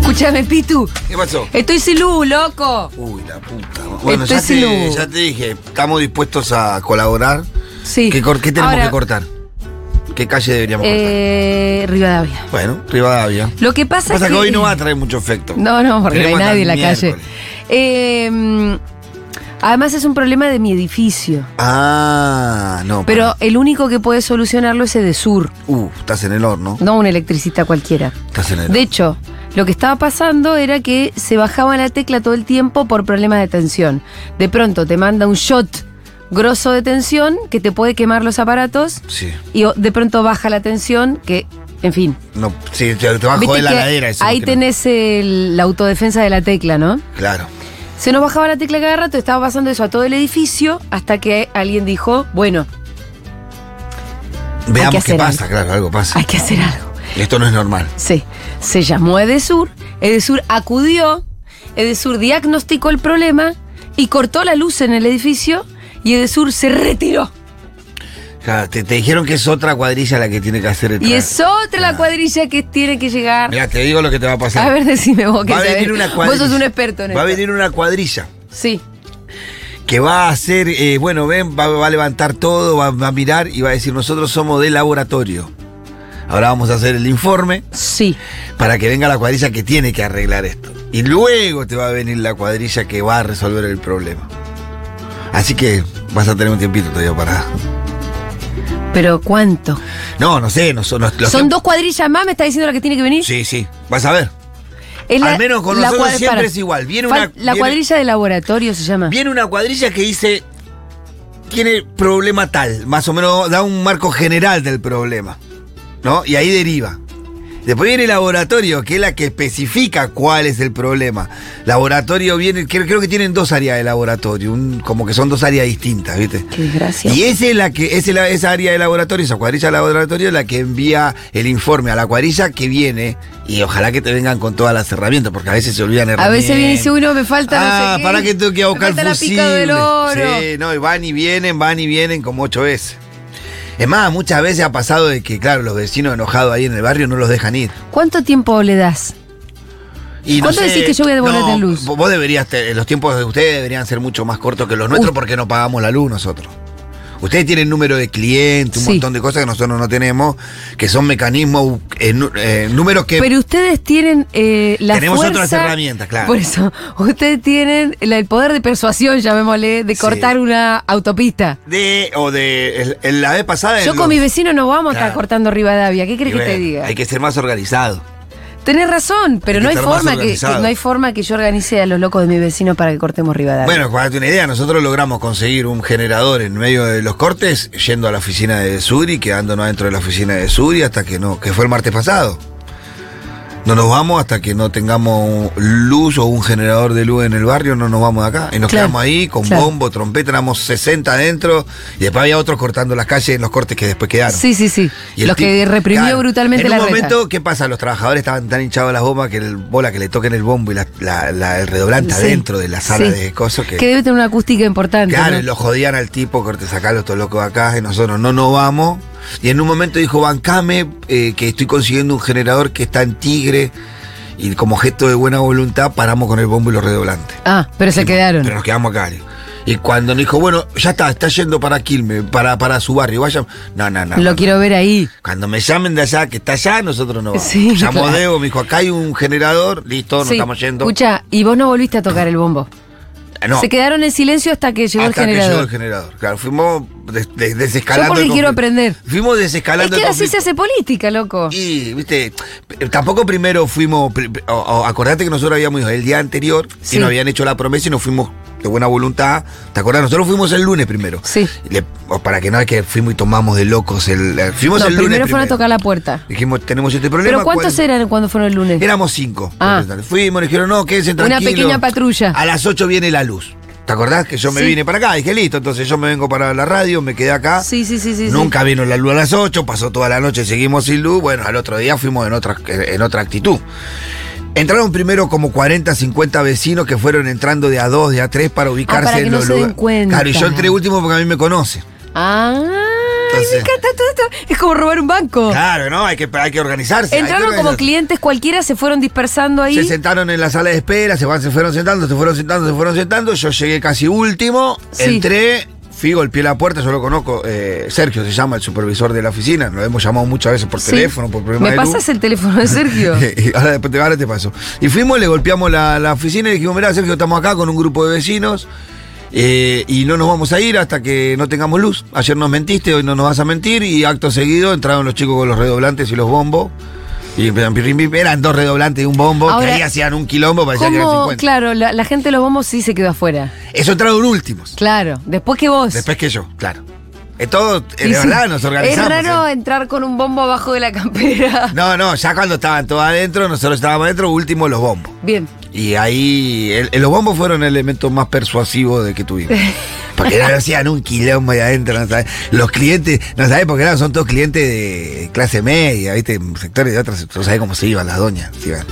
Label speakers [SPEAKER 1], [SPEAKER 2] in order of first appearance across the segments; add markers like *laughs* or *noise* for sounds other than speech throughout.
[SPEAKER 1] Escúchame, Pitu.
[SPEAKER 2] ¿Qué pasó?
[SPEAKER 1] Estoy sin luz, loco.
[SPEAKER 2] Uy, la puta. Bueno,
[SPEAKER 1] Estoy
[SPEAKER 2] ya
[SPEAKER 1] sin
[SPEAKER 2] te,
[SPEAKER 1] luz.
[SPEAKER 2] ya te dije, estamos dispuestos a colaborar.
[SPEAKER 1] Sí.
[SPEAKER 2] ¿Qué, cor- qué tenemos
[SPEAKER 1] Ahora,
[SPEAKER 2] que cortar? ¿Qué calle deberíamos
[SPEAKER 1] Eh, Rivadavia.
[SPEAKER 2] cortar? Bueno, Rivadavia.
[SPEAKER 1] Lo que
[SPEAKER 2] Lo que
[SPEAKER 1] pasa,
[SPEAKER 2] pasa
[SPEAKER 1] es
[SPEAKER 2] que
[SPEAKER 1] que
[SPEAKER 2] hoy no va a traer mucho efecto.
[SPEAKER 1] No, no, porque no hay
[SPEAKER 2] Tenemos hasta
[SPEAKER 1] nadie en la
[SPEAKER 2] el
[SPEAKER 1] calle.
[SPEAKER 2] miércoles.
[SPEAKER 1] Eh, además es un problema de mi edificio.
[SPEAKER 2] Ah, no.
[SPEAKER 1] Pero el único que puede solucionarlo es de Sur,
[SPEAKER 2] para- Uh, estás en el horno.
[SPEAKER 1] no un electricista cualquiera.
[SPEAKER 2] Estás en el
[SPEAKER 1] De hecho, lo que estaba pasando era que se bajaba la tecla todo el tiempo por problemas de tensión. De pronto te manda un shot grosso de tensión que te puede quemar los aparatos
[SPEAKER 2] Sí.
[SPEAKER 1] y o- de pronto baja la tensión que, en fin.
[SPEAKER 2] No, sí, te, te va a
[SPEAKER 1] Viste
[SPEAKER 2] joder la
[SPEAKER 1] que
[SPEAKER 2] ladera. eso
[SPEAKER 1] ahí
[SPEAKER 2] que no-
[SPEAKER 1] tenés el- la autodefensa de la tecla, ¿no?
[SPEAKER 2] Claro.
[SPEAKER 1] Se nos bajaba la tecla cada rato, estaba pasando eso a todo el edificio hasta que alguien dijo, bueno,
[SPEAKER 2] Veamos qué
[SPEAKER 1] hacer
[SPEAKER 2] pasa,
[SPEAKER 1] algo.
[SPEAKER 2] claro, algo pasa.
[SPEAKER 1] hay que hacer algo.
[SPEAKER 2] Esto no es normal.
[SPEAKER 1] Sí, se llamó a Edesur, Edesur acudió, Edesur diagnosticó el problema y cortó la luz en el edificio y Edesur se retiró.
[SPEAKER 2] Claro, te, te dijeron que es otra cuadrilla la que tiene que hacer el
[SPEAKER 1] Y
[SPEAKER 2] tra-
[SPEAKER 1] es otra la cuadrilla que tiene que llegar.
[SPEAKER 2] Ah. Mirá, te digo lo que te va a pasar.
[SPEAKER 1] A ver, decime vos que
[SPEAKER 2] va a venir una cuadrilla.
[SPEAKER 1] Vos sos un experto en
[SPEAKER 2] Va a
[SPEAKER 1] esto.
[SPEAKER 2] venir una cuadrilla
[SPEAKER 1] Sí,
[SPEAKER 2] que va a hacer, eh, bueno, ven, va, va a levantar todo, va, va a mirar y va a decir, nosotros somos de laboratorio. Ahora vamos a hacer el informe
[SPEAKER 1] sí.
[SPEAKER 2] para que venga la cuadrilla que tiene que arreglar esto. Y luego te va a venir la cuadrilla que va a resolver el problema. Así que vas a tener un tiempito todavía para...
[SPEAKER 1] Pero ¿cuánto?
[SPEAKER 2] No, no sé, no son los... los
[SPEAKER 1] Son
[SPEAKER 2] tiempos-
[SPEAKER 1] dos cuadrillas más, me está diciendo la que tiene que venir.
[SPEAKER 2] Sí, sí, vas a ver.
[SPEAKER 1] Es
[SPEAKER 2] Al menos con nosotros
[SPEAKER 1] cuadri-
[SPEAKER 2] siempre
[SPEAKER 1] para.
[SPEAKER 2] es igual. Viene
[SPEAKER 1] Fal-
[SPEAKER 2] una-
[SPEAKER 1] la
[SPEAKER 2] viene-
[SPEAKER 1] cuadrilla de laboratorio se llama.
[SPEAKER 2] Viene una cuadrilla que dice, tiene problema tal, más o menos da un marco general del problema, ¿no? Y ahí deriva. Después viene el laboratorio, que es la que especifica cuál es el problema. Laboratorio viene, creo, creo que tienen dos áreas de laboratorio, un- como que son dos áreas distintas, ¿viste?
[SPEAKER 1] Qué desgracia.
[SPEAKER 2] Y esa es la que, esa, es la- esa área de laboratorio, esa cuadrilla de laboratorio, es la que envía el informe a la cuadrilla que viene, y ojalá que te vengan con todas las herramientas, porque a veces se olvidan
[SPEAKER 1] A
[SPEAKER 2] herramientas.
[SPEAKER 1] veces viene y dice uno, me falta. no
[SPEAKER 2] Ah,
[SPEAKER 1] sé qué,
[SPEAKER 2] para que tengo que ir a
[SPEAKER 1] me
[SPEAKER 2] buscar
[SPEAKER 1] falta
[SPEAKER 2] fusible.
[SPEAKER 1] la pica del oro.
[SPEAKER 2] Sí, no, y van y vienen, van y vienen como ocho veces. Es más, muchas veces ha pasado de que, claro, los vecinos enojados ahí en el barrio no los dejan ir.
[SPEAKER 1] ¿Cuánto tiempo le das?
[SPEAKER 2] Y no
[SPEAKER 1] ¿Cuánto
[SPEAKER 2] sé-
[SPEAKER 1] decís que yo voy a devolver
[SPEAKER 2] no,
[SPEAKER 1] la luz?
[SPEAKER 2] vo- Vos deberías, te- los tiempos de ustedes deberían ser mucho más cortos que los nuestros
[SPEAKER 1] Uf.
[SPEAKER 2] porque no pagamos la luz nosotros. Ustedes tienen número de clientes, un
[SPEAKER 1] Sí.
[SPEAKER 2] montón de cosas que nosotros no tenemos, que son mecanismos, eh, nu- eh, números que...
[SPEAKER 1] Pero ustedes tienen eh, la
[SPEAKER 2] Tenemos
[SPEAKER 1] fuerza-
[SPEAKER 2] otras herramientas, claro.
[SPEAKER 1] Por eso, *laughs* ustedes tienen la- el poder de persuasión, llamémosle, de
[SPEAKER 2] Sí.
[SPEAKER 1] cortar una autopista.
[SPEAKER 2] de, o de, el- el- la vez pasada...
[SPEAKER 1] Yo
[SPEAKER 2] el-
[SPEAKER 1] con mi vecino no vamos a
[SPEAKER 2] Claro.
[SPEAKER 1] estar cortando Rivadavia. ¿Qué
[SPEAKER 2] Y
[SPEAKER 1] crees que te
[SPEAKER 2] bueno,
[SPEAKER 1] diga?
[SPEAKER 2] Hay que ser más organizado.
[SPEAKER 1] Tenés razón, pero
[SPEAKER 2] Hay que
[SPEAKER 1] no hay,
[SPEAKER 2] estar más
[SPEAKER 1] forma que, que
[SPEAKER 2] organizado.
[SPEAKER 1] no hay forma que yo organice a los locos de mi vecino para que cortemos Rivadavia.
[SPEAKER 2] Bueno, para darte una idea, nosotros logramos conseguir un generador en medio de los cortes, yendo a la oficina de Suri, quedándonos adentro de la oficina de Suri hasta que no, que fue el martes pasado. No nos vamos hasta que no tengamos luz o un generador de luz en el barrio, no nos vamos de acá. Y nos
[SPEAKER 1] Claro,
[SPEAKER 2] quedamos ahí con
[SPEAKER 1] claro.
[SPEAKER 2] bombo, trompeta, éramos 60 adentro, y después había otros cortando las calles en los cortes que después quedaron.
[SPEAKER 1] Sí, sí, sí.
[SPEAKER 2] Y el
[SPEAKER 1] Los que
[SPEAKER 2] tipo-
[SPEAKER 1] reprimió
[SPEAKER 2] claro,
[SPEAKER 1] brutalmente
[SPEAKER 2] en
[SPEAKER 1] la
[SPEAKER 2] un
[SPEAKER 1] reta.
[SPEAKER 2] momento, ¿qué pasa? Los trabajadores estaban tan hinchados las bombas que el bola que le toquen el bombo y la, la- la- el redoblante
[SPEAKER 1] Sí,
[SPEAKER 2] adentro de la sala
[SPEAKER 1] sí.
[SPEAKER 2] de cosas que.
[SPEAKER 1] Que debe tener una acústica importante.
[SPEAKER 2] Claro,
[SPEAKER 1] ¿no?
[SPEAKER 2] y lo jodían al tipo, corte, sacalo estos locos de acá, y nosotros no, no vamos. Y en un momento dijo, bancame, eh, que estoy consiguiendo un generador que está en Tigre. Y como gesto de buena voluntad, paramos con el bombo y los redoblantes.
[SPEAKER 1] Ah, pero se
[SPEAKER 2] Sí,
[SPEAKER 1] quedaron.
[SPEAKER 2] Pero nos quedamos acá. le digo. Y cuando nos dijo, bueno, ya está, está yendo para Quilmes, para, para su barrio, vayan. No, no, no.
[SPEAKER 1] lo
[SPEAKER 2] no,
[SPEAKER 1] quiero ver ahí.
[SPEAKER 2] cuando me llamen de allá, que está allá, nosotros no vamos.
[SPEAKER 1] Sí,
[SPEAKER 2] Llamó
[SPEAKER 1] claro.
[SPEAKER 2] Debo, me dijo, acá hay un generador, listo, nos
[SPEAKER 1] Sí.
[SPEAKER 2] estamos yendo.
[SPEAKER 1] Escucha, y vos no volviste a tocar el bombo.
[SPEAKER 2] Eh, no,
[SPEAKER 1] Se quedaron en silencio hasta que llegó
[SPEAKER 2] hasta
[SPEAKER 1] el
[SPEAKER 2] que llegó
[SPEAKER 1] generador.
[SPEAKER 2] el generador. Claro, fuimos des- des- desescalando.
[SPEAKER 1] Yo porque
[SPEAKER 2] el
[SPEAKER 1] quiero
[SPEAKER 2] conflicto.
[SPEAKER 1] aprender.
[SPEAKER 2] Fuimos desescalando.
[SPEAKER 1] es que
[SPEAKER 2] el
[SPEAKER 1] así se
[SPEAKER 2] conflicto.
[SPEAKER 1] hace política, loco.
[SPEAKER 2] Y, viste, p- tampoco primero fuimos. pri- pri- o- o acordate que nosotros habíamos ido el día anterior
[SPEAKER 1] Sí.
[SPEAKER 2] y nos habían hecho la promesa y nos fuimos de buena voluntad. ¿Te acordás? Nosotros fuimos el lunes primero.
[SPEAKER 1] Sí.
[SPEAKER 2] Le- o para que no es que fuimos y tomamos de locos el. eh, Fuimos
[SPEAKER 1] No,
[SPEAKER 2] el lunes.
[SPEAKER 1] primero fueron a tocar la puerta.
[SPEAKER 2] Dijimos, tenemos este problema.
[SPEAKER 1] ¿Pero cuántos
[SPEAKER 2] ¿cuál-
[SPEAKER 1] eran cuando fueron el lunes?
[SPEAKER 2] Éramos cinco.
[SPEAKER 1] Ah.
[SPEAKER 2] Fuimos, nos dijeron, no, quédense
[SPEAKER 1] Una
[SPEAKER 2] tranquilos.
[SPEAKER 1] pequeña patrulla.
[SPEAKER 2] A las ocho viene la luz. ¿Te acordás que yo me
[SPEAKER 1] Sí.
[SPEAKER 2] vine para acá? Dije, listo, entonces yo me vengo para la radio, me quedé acá.
[SPEAKER 1] Sí, sí, sí, sí. sí.
[SPEAKER 2] Nunca vino la luz a las 8, pasó toda la noche, seguimos sin luz. Bueno, al otro día fuimos en otra, en otra actitud. Entraron primero como 40, 50 vecinos que fueron entrando de a 2, de a 3 para ubicarse
[SPEAKER 1] Ah, para que
[SPEAKER 2] en
[SPEAKER 1] no
[SPEAKER 2] los
[SPEAKER 1] se den
[SPEAKER 2] lugares.
[SPEAKER 1] cuenta.
[SPEAKER 2] Claro, y yo entré último porque a mí me conoce.
[SPEAKER 1] Ah. me encanta todo esto. Es como robar un banco.
[SPEAKER 2] Claro, ¿no? Hay que, hay que organizarse. hay
[SPEAKER 1] Oh.
[SPEAKER 2] que
[SPEAKER 1] Entraron como
[SPEAKER 2] organizarse.
[SPEAKER 1] clientes cualquiera, se fueron dispersando ahí.
[SPEAKER 2] Se sentaron en la sala de espera, se, van, se fueron sentando, se fueron sentando, se fueron sentando. Yo llegué casi último,
[SPEAKER 1] Sí.
[SPEAKER 2] entré, fui, golpeé la puerta, yo lo conozco. eh, Sergio se llama el supervisor de la oficina, lo hemos llamado muchas veces por
[SPEAKER 1] Sí.
[SPEAKER 2] teléfono, por problemas
[SPEAKER 1] ¿Me
[SPEAKER 2] de luz.
[SPEAKER 1] pasas el teléfono de Sergio?
[SPEAKER 2] *laughs* Y ahora, después te, ahora te paso. Y fuimos, le golpeamos la, la oficina y le dijimos, mirá, Sergio, estamos acá con un grupo de vecinos eh, y no nos vamos a ir hasta que no tengamos luz. Ayer nos mentiste, hoy no nos vas a mentir y acto seguido entraron los chicos con los redoblantes y los bombos. Y empezaron, pirrim, pim, eran dos redoblantes y un bombo,
[SPEAKER 1] Ahora,
[SPEAKER 2] que ahí hacían un quilombo, parecía que eran
[SPEAKER 1] ¿Cómo?
[SPEAKER 2] 50.
[SPEAKER 1] Claro, la, la gente de los bombos sí se quedó afuera.
[SPEAKER 2] Eso entraron últimos,
[SPEAKER 1] Claro, después que vos.
[SPEAKER 2] después que yo, claro. Es todo,
[SPEAKER 1] Sí,
[SPEAKER 2] de
[SPEAKER 1] sí.
[SPEAKER 2] verdad, nos organizamos.
[SPEAKER 1] Es raro
[SPEAKER 2] ¿eh?
[SPEAKER 1] entrar con un bombo abajo de la
[SPEAKER 2] *laughs*
[SPEAKER 1] campera.
[SPEAKER 2] No, no, ya cuando estaban todos adentro, nosotros estábamos adentro, último los bombos.
[SPEAKER 1] Bien.
[SPEAKER 2] Y ahí el- el- los bombos fueron el elemento más persuasivo de
[SPEAKER 1] *laughs*
[SPEAKER 2] que tuvimos. Porque no hacían un quilombo ahí adentro, no sabés. Los clientes, no sabés, porque eran, son todos clientes de clase media, ¿viste? Sectores de otras, no sabés cómo se iban las doñas. se iban.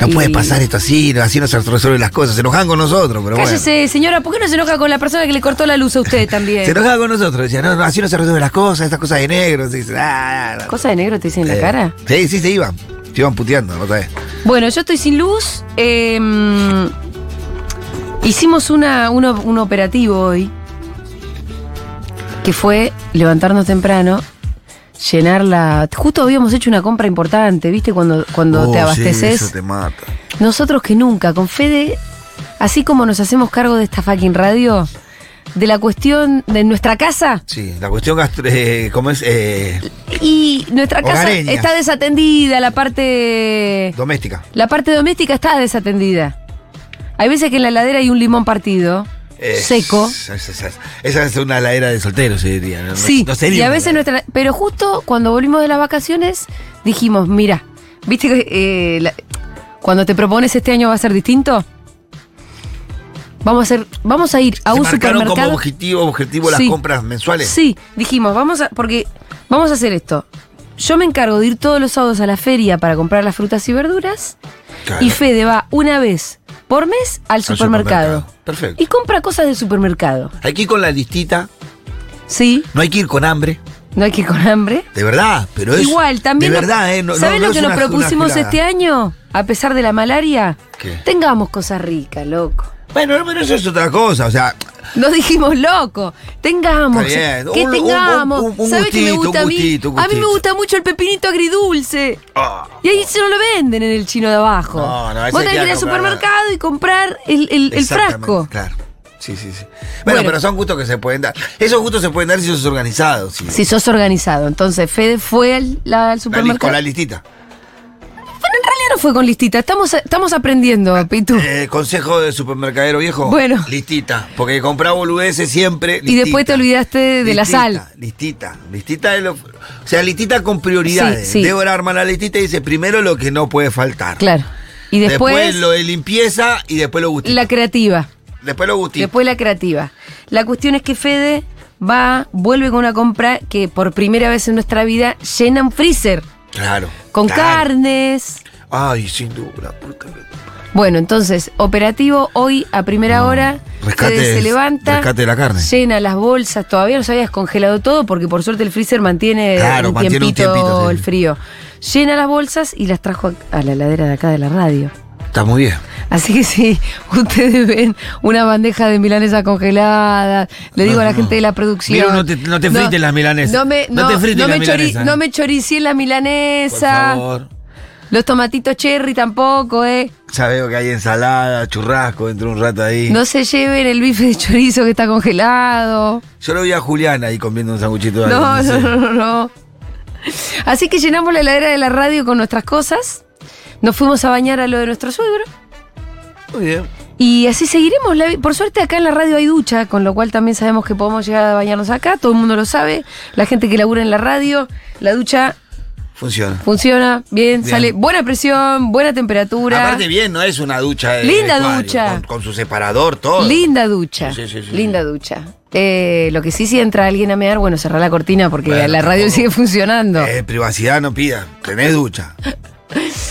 [SPEAKER 2] No
[SPEAKER 1] Y-
[SPEAKER 2] puede pasar esto así, no- así no se resuelven las cosas. Se enojan con nosotros, pero bueno.
[SPEAKER 1] Cállese, señora, ¿por qué no se enoja con la persona que le cortó la luz a usted también?
[SPEAKER 2] *laughs* Se enojaban con nosotros, decían, no, no, así no se resuelven las cosas, estas cosas de negro. se dice, ah, no, no.
[SPEAKER 1] ¿Cosa de negro te dice en la
[SPEAKER 2] Eh,
[SPEAKER 1] cara?
[SPEAKER 2] Sí, sí, se iban. Se iban puteando, no sabés.
[SPEAKER 1] Bueno, yo estoy sin luz. eh, hicimos una, un, o- un operativo hoy que fue levantarnos temprano, llenar la. Justo habíamos hecho una compra importante, ¿viste? Cuando, cuando
[SPEAKER 2] Oh,
[SPEAKER 1] te
[SPEAKER 2] sí,
[SPEAKER 1] abasteces.
[SPEAKER 2] eso te mata.
[SPEAKER 1] Nosotros que nunca, con Fede, así como nos hacemos cargo de esta fucking radio, de la cuestión de nuestra casa.
[SPEAKER 2] Sí, la cuestión gastro, eh, ¿cómo es? Eh,
[SPEAKER 1] Y nuestra casa
[SPEAKER 2] Hogareña.
[SPEAKER 1] está desatendida, la parte.
[SPEAKER 2] doméstica.
[SPEAKER 1] La parte doméstica está desatendida. Hay veces que en la heladera hay un limón partido,
[SPEAKER 2] Es-
[SPEAKER 1] seco.
[SPEAKER 2] Eh, Esa, esa- esa es una ladera de soltero, se diría. ¿no? No-
[SPEAKER 1] Sí,
[SPEAKER 2] no sería
[SPEAKER 1] y a
[SPEAKER 2] una
[SPEAKER 1] veces
[SPEAKER 2] heladera.
[SPEAKER 1] nuestra... Pero justo cuando volvimos de las vacaciones, dijimos, mira, viste que eh, la- cuando te propones este año va a ser distinto. Vamos a, hacer, vamos a ir a
[SPEAKER 2] Se
[SPEAKER 1] un
[SPEAKER 2] marcaron
[SPEAKER 1] supermercado.
[SPEAKER 2] como objetivo, objetivo
[SPEAKER 1] Sí.
[SPEAKER 2] las compras mensuales.
[SPEAKER 1] Sí, dijimos, vamos a. Porque vamos a hacer esto. Yo me encargo de ir todos los sábados a la feria para comprar las frutas y verduras.
[SPEAKER 2] Claro.
[SPEAKER 1] Y Fede va una vez por mes al
[SPEAKER 2] Al
[SPEAKER 1] supermercado.
[SPEAKER 2] Perfecto.
[SPEAKER 1] Y compra cosas del supermercado.
[SPEAKER 2] Hay que ir con la listita,
[SPEAKER 1] Sí,
[SPEAKER 2] no hay que ir con hambre.
[SPEAKER 1] no hay que ir con hambre.
[SPEAKER 2] De verdad, pero es.
[SPEAKER 1] Igual, también.
[SPEAKER 2] De
[SPEAKER 1] no-
[SPEAKER 2] verdad, ¿eh? No- no-
[SPEAKER 1] ¿Sabés
[SPEAKER 2] no
[SPEAKER 1] lo
[SPEAKER 2] es
[SPEAKER 1] que nos
[SPEAKER 2] una-
[SPEAKER 1] propusimos
[SPEAKER 2] una gilada.
[SPEAKER 1] este año? A pesar de la malaria.
[SPEAKER 2] ¿Qué?
[SPEAKER 1] Tengamos cosas ricas, loco.
[SPEAKER 2] Bueno, pero eso es otra cosa, o sea,
[SPEAKER 1] Nos dijimos, loco, tengamos.
[SPEAKER 2] Está bien.
[SPEAKER 1] Que
[SPEAKER 2] Un- un-
[SPEAKER 1] tengamos.
[SPEAKER 2] un- un
[SPEAKER 1] ¿Sabés qué me
[SPEAKER 2] gustito,
[SPEAKER 1] gusta
[SPEAKER 2] un
[SPEAKER 1] a mí?
[SPEAKER 2] gustito, un
[SPEAKER 1] A mí me
[SPEAKER 2] gustito.
[SPEAKER 1] gusta mucho el pepinito agridulce.
[SPEAKER 2] ah,
[SPEAKER 1] Y ahí se no lo venden en el chino de abajo.
[SPEAKER 2] No, no, ese
[SPEAKER 1] Vos tenés que
[SPEAKER 2] queda
[SPEAKER 1] ir al
[SPEAKER 2] comprado.
[SPEAKER 1] supermercado y comprar el, el- el
[SPEAKER 2] Exactamente,
[SPEAKER 1] frasco.
[SPEAKER 2] Claro. Sí, sí, sí. Bueno,
[SPEAKER 1] Bueno.
[SPEAKER 2] pero son gustos que se pueden dar. Esos gustos se pueden dar si sos organizado. Si,
[SPEAKER 1] Si sos organizado. Entonces, Fede fue al, la- al
[SPEAKER 2] la lis- con
[SPEAKER 1] supermercado.
[SPEAKER 2] la listita.
[SPEAKER 1] Bueno, en realidad no fue con listita. Estamos, estamos aprendiendo, Pitu.
[SPEAKER 2] Eh, consejo de supermercadero viejo.
[SPEAKER 1] Bueno.
[SPEAKER 2] Listita. Porque compraba boludeces siempre.
[SPEAKER 1] Y después te olvidaste de la sal.
[SPEAKER 2] Listita. Listita de lo- O sea, listita con prioridades.
[SPEAKER 1] Sí, sí.
[SPEAKER 2] Débora arma la listita y dice primero lo que no puede faltar.
[SPEAKER 1] Claro. Y después,
[SPEAKER 2] lo de limpieza y después lo gustito.
[SPEAKER 1] la creativa.
[SPEAKER 2] Después lo gustito.
[SPEAKER 1] Después la creativa. La cuestión es que Fede va, vuelve con una compra que por primera vez en nuestra vida llena un freezer.
[SPEAKER 2] Claro.
[SPEAKER 1] Con
[SPEAKER 2] claro.
[SPEAKER 1] carnes.
[SPEAKER 2] Ay, sin duda, puta.
[SPEAKER 1] Bueno, entonces, operativo hoy a primera hora.
[SPEAKER 2] rescate
[SPEAKER 1] Fede se
[SPEAKER 2] es-
[SPEAKER 1] levanta.
[SPEAKER 2] rescate de la carne.
[SPEAKER 1] Llena las bolsas. Todavía no se había descongelado todo porque por suerte el freezer mantiene,
[SPEAKER 2] Claro,
[SPEAKER 1] un,
[SPEAKER 2] mantiene un
[SPEAKER 1] tiempito
[SPEAKER 2] tiempito, sí.
[SPEAKER 1] el frío. Llena las bolsas y las trajo a a la heladera de acá de la radio.
[SPEAKER 2] Está muy bien.
[SPEAKER 1] Así que si *laughs* ustedes ven una bandeja de milanesa congelada, le digo a la
[SPEAKER 2] no.
[SPEAKER 1] gente de la producción.
[SPEAKER 2] Miro, no te- no te frites las milanesas.
[SPEAKER 1] No me,
[SPEAKER 2] No
[SPEAKER 1] no,
[SPEAKER 2] te frites
[SPEAKER 1] no
[SPEAKER 2] las
[SPEAKER 1] me chori-
[SPEAKER 2] milanesas.
[SPEAKER 1] no me choricié la
[SPEAKER 2] Por
[SPEAKER 1] milanesa.
[SPEAKER 2] favor.
[SPEAKER 1] Los tomatitos cherry tampoco, ¿eh?
[SPEAKER 2] Ya veo que hay ensalada, churrasco dentro de un rato ahí.
[SPEAKER 1] No se lleven el bife de chorizo que está congelado.
[SPEAKER 2] Yo lo vi a Julián ahí comiendo un sanguchito de
[SPEAKER 1] No, *laughs*
[SPEAKER 2] algo,
[SPEAKER 1] no,
[SPEAKER 2] sé.
[SPEAKER 1] no, no, no. Así que llenamos la heladera de la radio con nuestras cosas. Nos fuimos a bañar a lo de nuestro suegro.
[SPEAKER 2] Muy bien.
[SPEAKER 1] Y así seguiremos. La vi- Por suerte acá en la radio hay ducha, con lo cual también sabemos que podemos llegar a bañarnos acá. Todo el mundo lo sabe. La gente que labura en la radio, la ducha
[SPEAKER 2] Funciona.
[SPEAKER 1] funciona bien,
[SPEAKER 2] Bien.
[SPEAKER 1] sale buena presión, buena temperatura.
[SPEAKER 2] Aparte bien, no es una ducha. de
[SPEAKER 1] Linda
[SPEAKER 2] vestuario,
[SPEAKER 1] ducha.
[SPEAKER 2] Con, con su separador, todo.
[SPEAKER 1] Linda ducha.
[SPEAKER 2] Sí, sí, sí, sí.
[SPEAKER 1] linda ducha. Eh, lo que sí, si entra alguien a mear, bueno, cerrar la cortina porque
[SPEAKER 2] Bueno,
[SPEAKER 1] la radio
[SPEAKER 2] tampoco.
[SPEAKER 1] sigue funcionando.
[SPEAKER 2] Eh, privacidad no pida. Tenés ducha.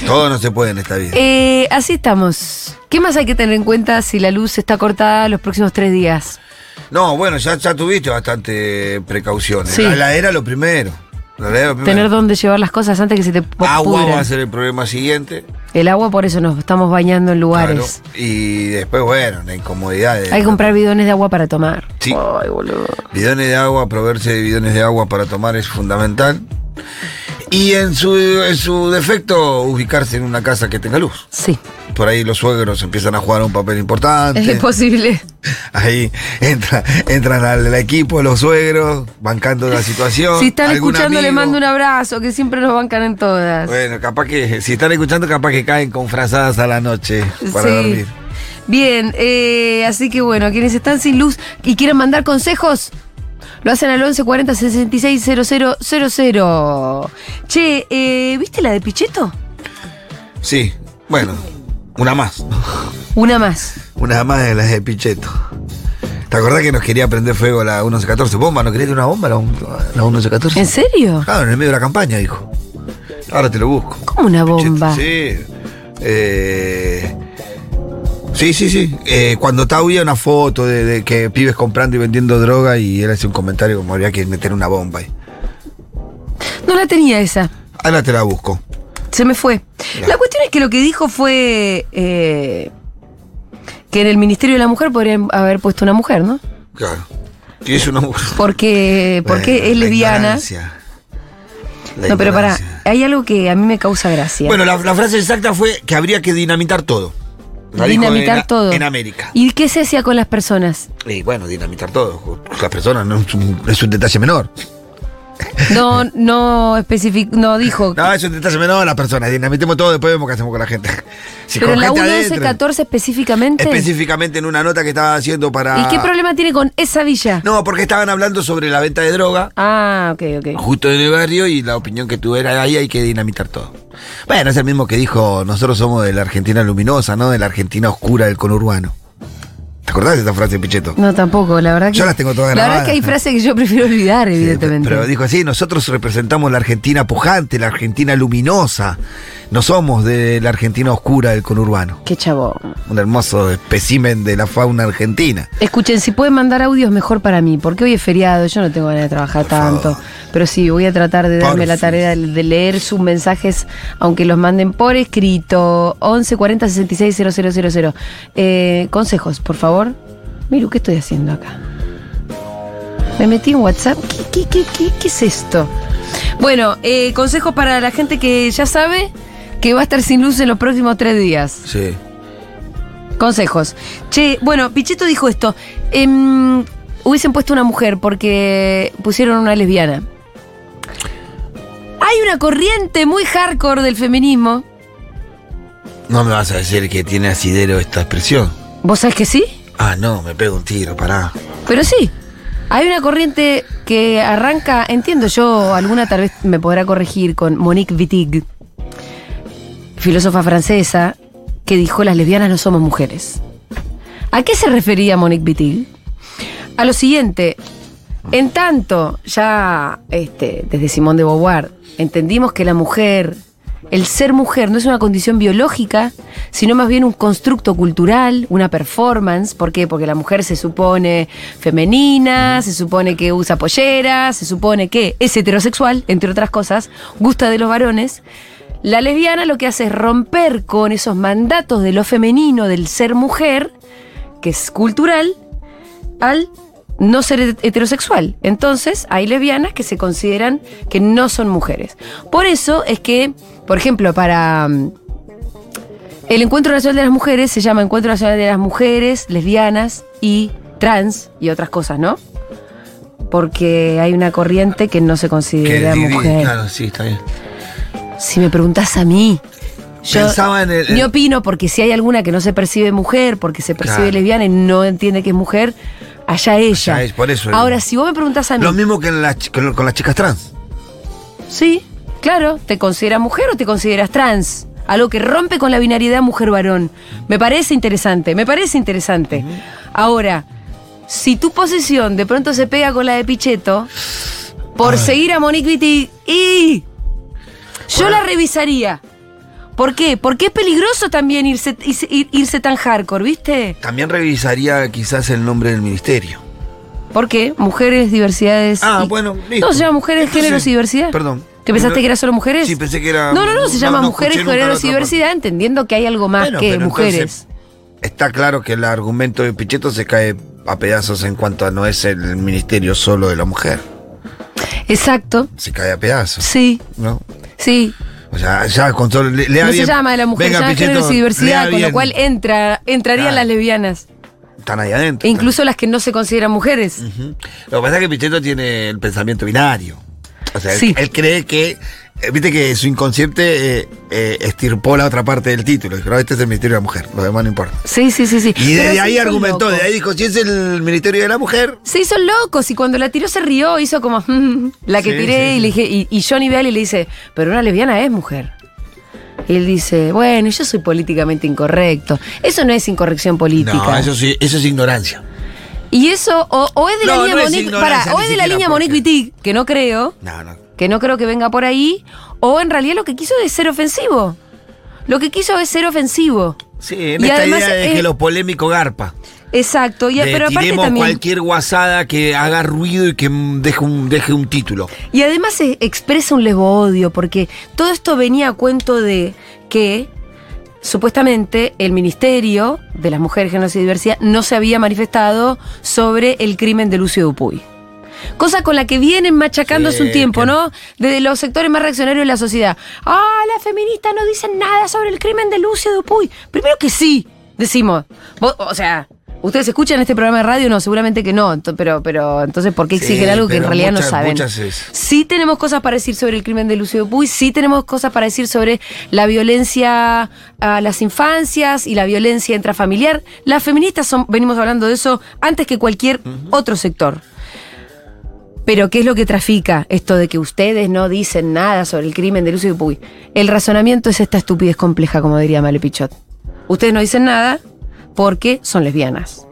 [SPEAKER 2] todo no se puede en esta vida.
[SPEAKER 1] Eh, así estamos. ¿Qué más hay que tener en cuenta si la luz está cortada los próximos tres días?
[SPEAKER 2] No, bueno, ya, ya tuviste bastante precauciones.
[SPEAKER 1] Sí.
[SPEAKER 2] La heladera lo primero. La heladera lo primero.
[SPEAKER 1] Tener dónde llevar las cosas antes que se te po-
[SPEAKER 2] Agua
[SPEAKER 1] pudran.
[SPEAKER 2] va a ser el problema siguiente.
[SPEAKER 1] El agua, por eso nos estamos bañando en lugares.
[SPEAKER 2] Claro. Y después, bueno, la incomodidad. de-
[SPEAKER 1] Hay que comprar bidones de agua para tomar.
[SPEAKER 2] Sí.
[SPEAKER 1] Ay, boludo.
[SPEAKER 2] Bidones de agua, proveerse de bidones de agua para tomar es fundamental. Y en su, en su defecto, ubicarse en una casa que tenga luz.
[SPEAKER 1] Sí,
[SPEAKER 2] Por ahí los suegros empiezan a jugar un papel importante.
[SPEAKER 1] es posible.
[SPEAKER 2] Ahí entra, entran al, al equipo, los suegros, bancando la situación.
[SPEAKER 1] Si están
[SPEAKER 2] Algún
[SPEAKER 1] escuchando, le
[SPEAKER 2] amigo.
[SPEAKER 1] mando un abrazo, que siempre nos bancan en todas.
[SPEAKER 2] Bueno, capaz que, si están escuchando, capaz que caen con frazadas a la noche para
[SPEAKER 1] Sí.
[SPEAKER 2] dormir.
[SPEAKER 1] Bien, eh, así que bueno, quienes están sin luz y quieren mandar consejos, lo hacen al 1140 0000. Che, eh, ¿viste la de Pichetto?
[SPEAKER 2] Sí, bueno, una más.
[SPEAKER 1] Una más.
[SPEAKER 2] Una más de las de Picheto. ¿Te acordás que nos quería prender fuego la 1114? ¿Bomba? ¿No quería que una bomba la, un- la
[SPEAKER 1] ¿En
[SPEAKER 2] 1114? *laughs*
[SPEAKER 1] serio?
[SPEAKER 2] Claro, en el medio de la campaña, dijo. Ahora te lo busco.
[SPEAKER 1] ¿Cómo una bomba?
[SPEAKER 2] Sí. Eh, sí, sí, sí. Eh, cuando estaba había una foto de, de que pibes comprando y vendiendo droga y él hace un comentario como habría que meter una bomba ahí.
[SPEAKER 1] No la tenía esa.
[SPEAKER 2] Ahora te la busco.
[SPEAKER 1] Se me fue.
[SPEAKER 2] Ya.
[SPEAKER 1] La cuestión es que lo que dijo fue eh, que en el Ministerio de la Mujer podrían haber puesto una mujer, ¿no?
[SPEAKER 2] Claro. Y es una mujer.
[SPEAKER 1] Porque, porque
[SPEAKER 2] Bueno,
[SPEAKER 1] es
[SPEAKER 2] la
[SPEAKER 1] lesbiana.
[SPEAKER 2] ignorancia. La
[SPEAKER 1] No, pero pará,
[SPEAKER 2] ignorancia.
[SPEAKER 1] hay algo que a mí me causa gracia.
[SPEAKER 2] Bueno, la, la frase exacta fue que habría que dinamitar todo. La dijo
[SPEAKER 1] dinamitar
[SPEAKER 2] en-
[SPEAKER 1] todo.
[SPEAKER 2] En América.
[SPEAKER 1] ¿Y qué se hacía con las personas?
[SPEAKER 2] Y bueno, dinamitar todo. Las personas no es un, es un detalle menor.
[SPEAKER 1] No, no especificó, no dijo.
[SPEAKER 2] No, es un detalle menor las personas. Dinamitemos todo, después vemos qué hacemos con la gente. *laughs* Si
[SPEAKER 1] pero
[SPEAKER 2] con
[SPEAKER 1] la
[SPEAKER 2] gente
[SPEAKER 1] 1114 específicamente.
[SPEAKER 2] Específicamente en una nota que estaba haciendo para.
[SPEAKER 1] ¿Y qué problema tiene con esa villa?
[SPEAKER 2] No, porque estaban hablando sobre la venta de droga.
[SPEAKER 1] Ah, ok, ok.
[SPEAKER 2] Justo en el barrio y la opinión que tuviera ahí hay que dinamitar todo. Bueno, es el mismo que dijo, nosotros somos de la Argentina luminosa, ¿no? De la Argentina oscura del conurbano. ¿Te acordás de esa frase, Pichetto?
[SPEAKER 1] No, tampoco, la verdad que.
[SPEAKER 2] Yo las tengo todas
[SPEAKER 1] La verdad
[SPEAKER 2] grabadas.
[SPEAKER 1] que hay frases que yo prefiero olvidar,
[SPEAKER 2] Sí,
[SPEAKER 1] evidentemente.
[SPEAKER 2] Pero dijo así, nosotros representamos la Argentina pujante, la Argentina luminosa. No somos de la Argentina oscura del conurbano.
[SPEAKER 1] Qué chabón.
[SPEAKER 2] Un hermoso espécimen de la fauna argentina.
[SPEAKER 1] Escuchen, si pueden mandar audios, mejor para mí, porque hoy es feriado, yo no tengo ganas de trabajar
[SPEAKER 2] Por favor.
[SPEAKER 1] tanto. Pero sí, voy a tratar de
[SPEAKER 2] Por
[SPEAKER 1] darme la
[SPEAKER 2] favor.
[SPEAKER 1] tarea de- de leer sus mensajes, aunque los manden por escrito. 11 40 66 000. Eh, consejos, por favor. Miru, ¿qué estoy haciendo acá? Me metí en WhatsApp. ¿Qué, qué, qué, qué- qué es esto? Bueno, eh, consejos para la gente que ya sabe que va a estar sin luz en los próximos tres días.
[SPEAKER 2] Sí.
[SPEAKER 1] Consejos. Che, bueno, Pichetto dijo esto. em, hubiesen puesto una mujer porque pusieron una lesbiana. Hay una corriente muy hardcore del feminismo.
[SPEAKER 2] No me vas a decir que tiene asidero esta expresión.
[SPEAKER 1] ¿Vos sabés que sí?
[SPEAKER 2] Ah, no, me pego un tiro, pará.
[SPEAKER 1] Pero sí. Hay una corriente que arranca, entiendo yo, alguna tal vez me podrá corregir, con Monique Wittig, filósofa francesa, que dijo las lesbianas no somos mujeres. ¿A qué se refería Monique Wittig? A lo siguiente, en tanto, ya este, desde Simón de Beauvoir, entendimos que la mujer, el ser mujer, no es una condición biológica, sino más bien un constructo cultural, una performance. ¿Por qué? Porque la mujer se supone femenina, se supone que usa pollera, se supone que es heterosexual, entre otras cosas, gusta de los varones. La lesbiana lo que hace es romper con esos mandatos de lo femenino, del ser mujer, que es cultural, al no ser heterosexual. Entonces, hay lesbianas que se consideran que no son mujeres. Por eso es que, por ejemplo, para mm, el Encuentro Nacional de las Mujeres se llama Encuentro Nacional de las Mujeres, Lesbianas y Trans y otras cosas, ¿no? Porque hay una corriente que no se considera
[SPEAKER 2] di- di-
[SPEAKER 1] mujer.
[SPEAKER 2] Claro, sí, está bien.
[SPEAKER 1] Si me preguntás a mí, yo
[SPEAKER 2] Pensaba en el-
[SPEAKER 1] ni opino porque si hay alguna que no se percibe mujer, porque se percibe
[SPEAKER 2] Claro.
[SPEAKER 1] lesbiana y no entiende que es mujer, allá ella.
[SPEAKER 2] Allá es, por eso el-
[SPEAKER 1] Ahora, si vos me preguntás a mí,
[SPEAKER 2] Lo mismo que en las chi- con, con las chicas trans.
[SPEAKER 1] sí, claro, ¿te consideras mujer o te consideras trans? Algo que rompe con la binariedad mujer-varón. Me parece interesante, me parece interesante. Ahora, si tu posición de pronto se pega con la de Pichetto, por seguir a Monique Wittig, y yo la revisaría. ¿Por qué? Porque es peligroso también irse, irse- irse tan hardcore, ¿viste?
[SPEAKER 2] También revisaría quizás el nombre del ministerio.
[SPEAKER 1] ¿Por qué? Mujeres, diversidades.
[SPEAKER 2] Ah,
[SPEAKER 1] y-
[SPEAKER 2] bueno, listo.
[SPEAKER 1] No, se llama mujeres,
[SPEAKER 2] Entonces,
[SPEAKER 1] géneros y diversidad.
[SPEAKER 2] perdón.
[SPEAKER 1] ¿Que pensaste
[SPEAKER 2] No,
[SPEAKER 1] que era solo mujeres?
[SPEAKER 2] sí, pensé que era-
[SPEAKER 1] No, no, no, se
[SPEAKER 2] no,
[SPEAKER 1] llama
[SPEAKER 2] no
[SPEAKER 1] mujeres,
[SPEAKER 2] escuché nunca la
[SPEAKER 1] géneros y
[SPEAKER 2] otra parte.
[SPEAKER 1] diversidad, entendiendo que hay algo más
[SPEAKER 2] Bueno,
[SPEAKER 1] que
[SPEAKER 2] pero
[SPEAKER 1] mujeres.
[SPEAKER 2] entonces, Está claro que el argumento de Pichetto se cae a pedazos en cuanto a no es el ministerio solo de la mujer.
[SPEAKER 1] Exacto.
[SPEAKER 2] Se cae a pedazos,
[SPEAKER 1] Sí,
[SPEAKER 2] ¿no?
[SPEAKER 1] sí.
[SPEAKER 2] O sea, ya con todo. Le, lea
[SPEAKER 1] No
[SPEAKER 2] bien.
[SPEAKER 1] se llama de la mujer,
[SPEAKER 2] Venga,
[SPEAKER 1] se llama
[SPEAKER 2] Pichetto,
[SPEAKER 1] géneros y
[SPEAKER 2] lea
[SPEAKER 1] diversidad, con
[SPEAKER 2] bien.
[SPEAKER 1] lo cual entra, entrarían
[SPEAKER 2] Claro.
[SPEAKER 1] las lesbianas.
[SPEAKER 2] Están ahí adentro.
[SPEAKER 1] E incluso las que no se consideran mujeres.
[SPEAKER 2] Ujú. Lo que pasa es que Pichetto tiene el pensamiento binario. O sea, él-
[SPEAKER 1] Sí.
[SPEAKER 2] él, cree que. eh, Viste que su inconsciente eh, eh, estirpó la otra parte del título. Dijo, no, este es el Ministerio de la Mujer, lo demás no importa.
[SPEAKER 1] Sí, sí, sí, sí.
[SPEAKER 2] Y
[SPEAKER 1] Pero
[SPEAKER 2] desde
[SPEAKER 1] sí
[SPEAKER 2] ahí
[SPEAKER 1] son
[SPEAKER 2] argumentó,
[SPEAKER 1] locos.
[SPEAKER 2] desde ahí dijo, si es el Ministerio de la Mujer.
[SPEAKER 1] Se hizo locos y cuando la tiró se rió, hizo como "Mm", la que
[SPEAKER 2] Sí,
[SPEAKER 1] tiré
[SPEAKER 2] sí,
[SPEAKER 1] y le dije, y, y Johnny Valley le dice, pero una lesbiana es mujer. Y él dice, bueno, yo soy políticamente incorrecto. Eso no es incorrección política.
[SPEAKER 2] No, eso, sí, eso es ignorancia.
[SPEAKER 1] Y eso, o, o es de la
[SPEAKER 2] No,
[SPEAKER 1] línea
[SPEAKER 2] no es
[SPEAKER 1] Monique,
[SPEAKER 2] ignorancia,
[SPEAKER 1] pará, o
[SPEAKER 2] ni
[SPEAKER 1] es de la
[SPEAKER 2] siquiera,
[SPEAKER 1] línea
[SPEAKER 2] porque-
[SPEAKER 1] Monique Wittig, que no creo,
[SPEAKER 2] No, no.
[SPEAKER 1] que no creo que venga por ahí, o en realidad lo que quiso es ser ofensivo. Lo que quiso es ser ofensivo.
[SPEAKER 2] Sí, en
[SPEAKER 1] Y
[SPEAKER 2] esta
[SPEAKER 1] además,
[SPEAKER 2] idea de
[SPEAKER 1] eh,
[SPEAKER 2] que lo polémico garpa.
[SPEAKER 1] Exacto, y,
[SPEAKER 2] De
[SPEAKER 1] pero aparte
[SPEAKER 2] tiremos
[SPEAKER 1] también...
[SPEAKER 2] cualquier guasada que haga ruido y que mm, deje un, deje un título.
[SPEAKER 1] Y además eh, expresa un lesbo-odio, porque todo esto venía a cuento de que supuestamente el Ministerio de las Mujeres, Géneros y Diversidad no se había manifestado sobre el crimen de Lucio Dupuy. Cosa con la que vienen machacando
[SPEAKER 2] Sí,
[SPEAKER 1] hace un tiempo,
[SPEAKER 2] que-
[SPEAKER 1] ¿no? Desde los sectores más reaccionarios de la sociedad. ¡Ah, las feministas no dicen nada sobre el crimen de Lucio Dupuy! Primero que sí, decimos. Vos- o sea, ¿ustedes escuchan este programa de radio? No, seguramente que no. ento- Pero, pero entonces, ¿por qué
[SPEAKER 2] Sí,
[SPEAKER 1] exigen algo que en
[SPEAKER 2] pero
[SPEAKER 1] realidad no
[SPEAKER 2] muchas-
[SPEAKER 1] saben?
[SPEAKER 2] muchas es.
[SPEAKER 1] Sí tenemos cosas para decir sobre el crimen de Lucio Dupuy, sí tenemos cosas para decir sobre la violencia a las infancias y la violencia intrafamiliar. Las feministas son- venimos hablando de eso antes que cualquier otro sector. Pero ¿qué es lo que trafica esto de que ustedes no dicen nada sobre el crimen de Lucio Dupuy? El razonamiento es esta estupidez compleja, como diría Male Pichot. Ustedes no dicen nada porque son lesbianas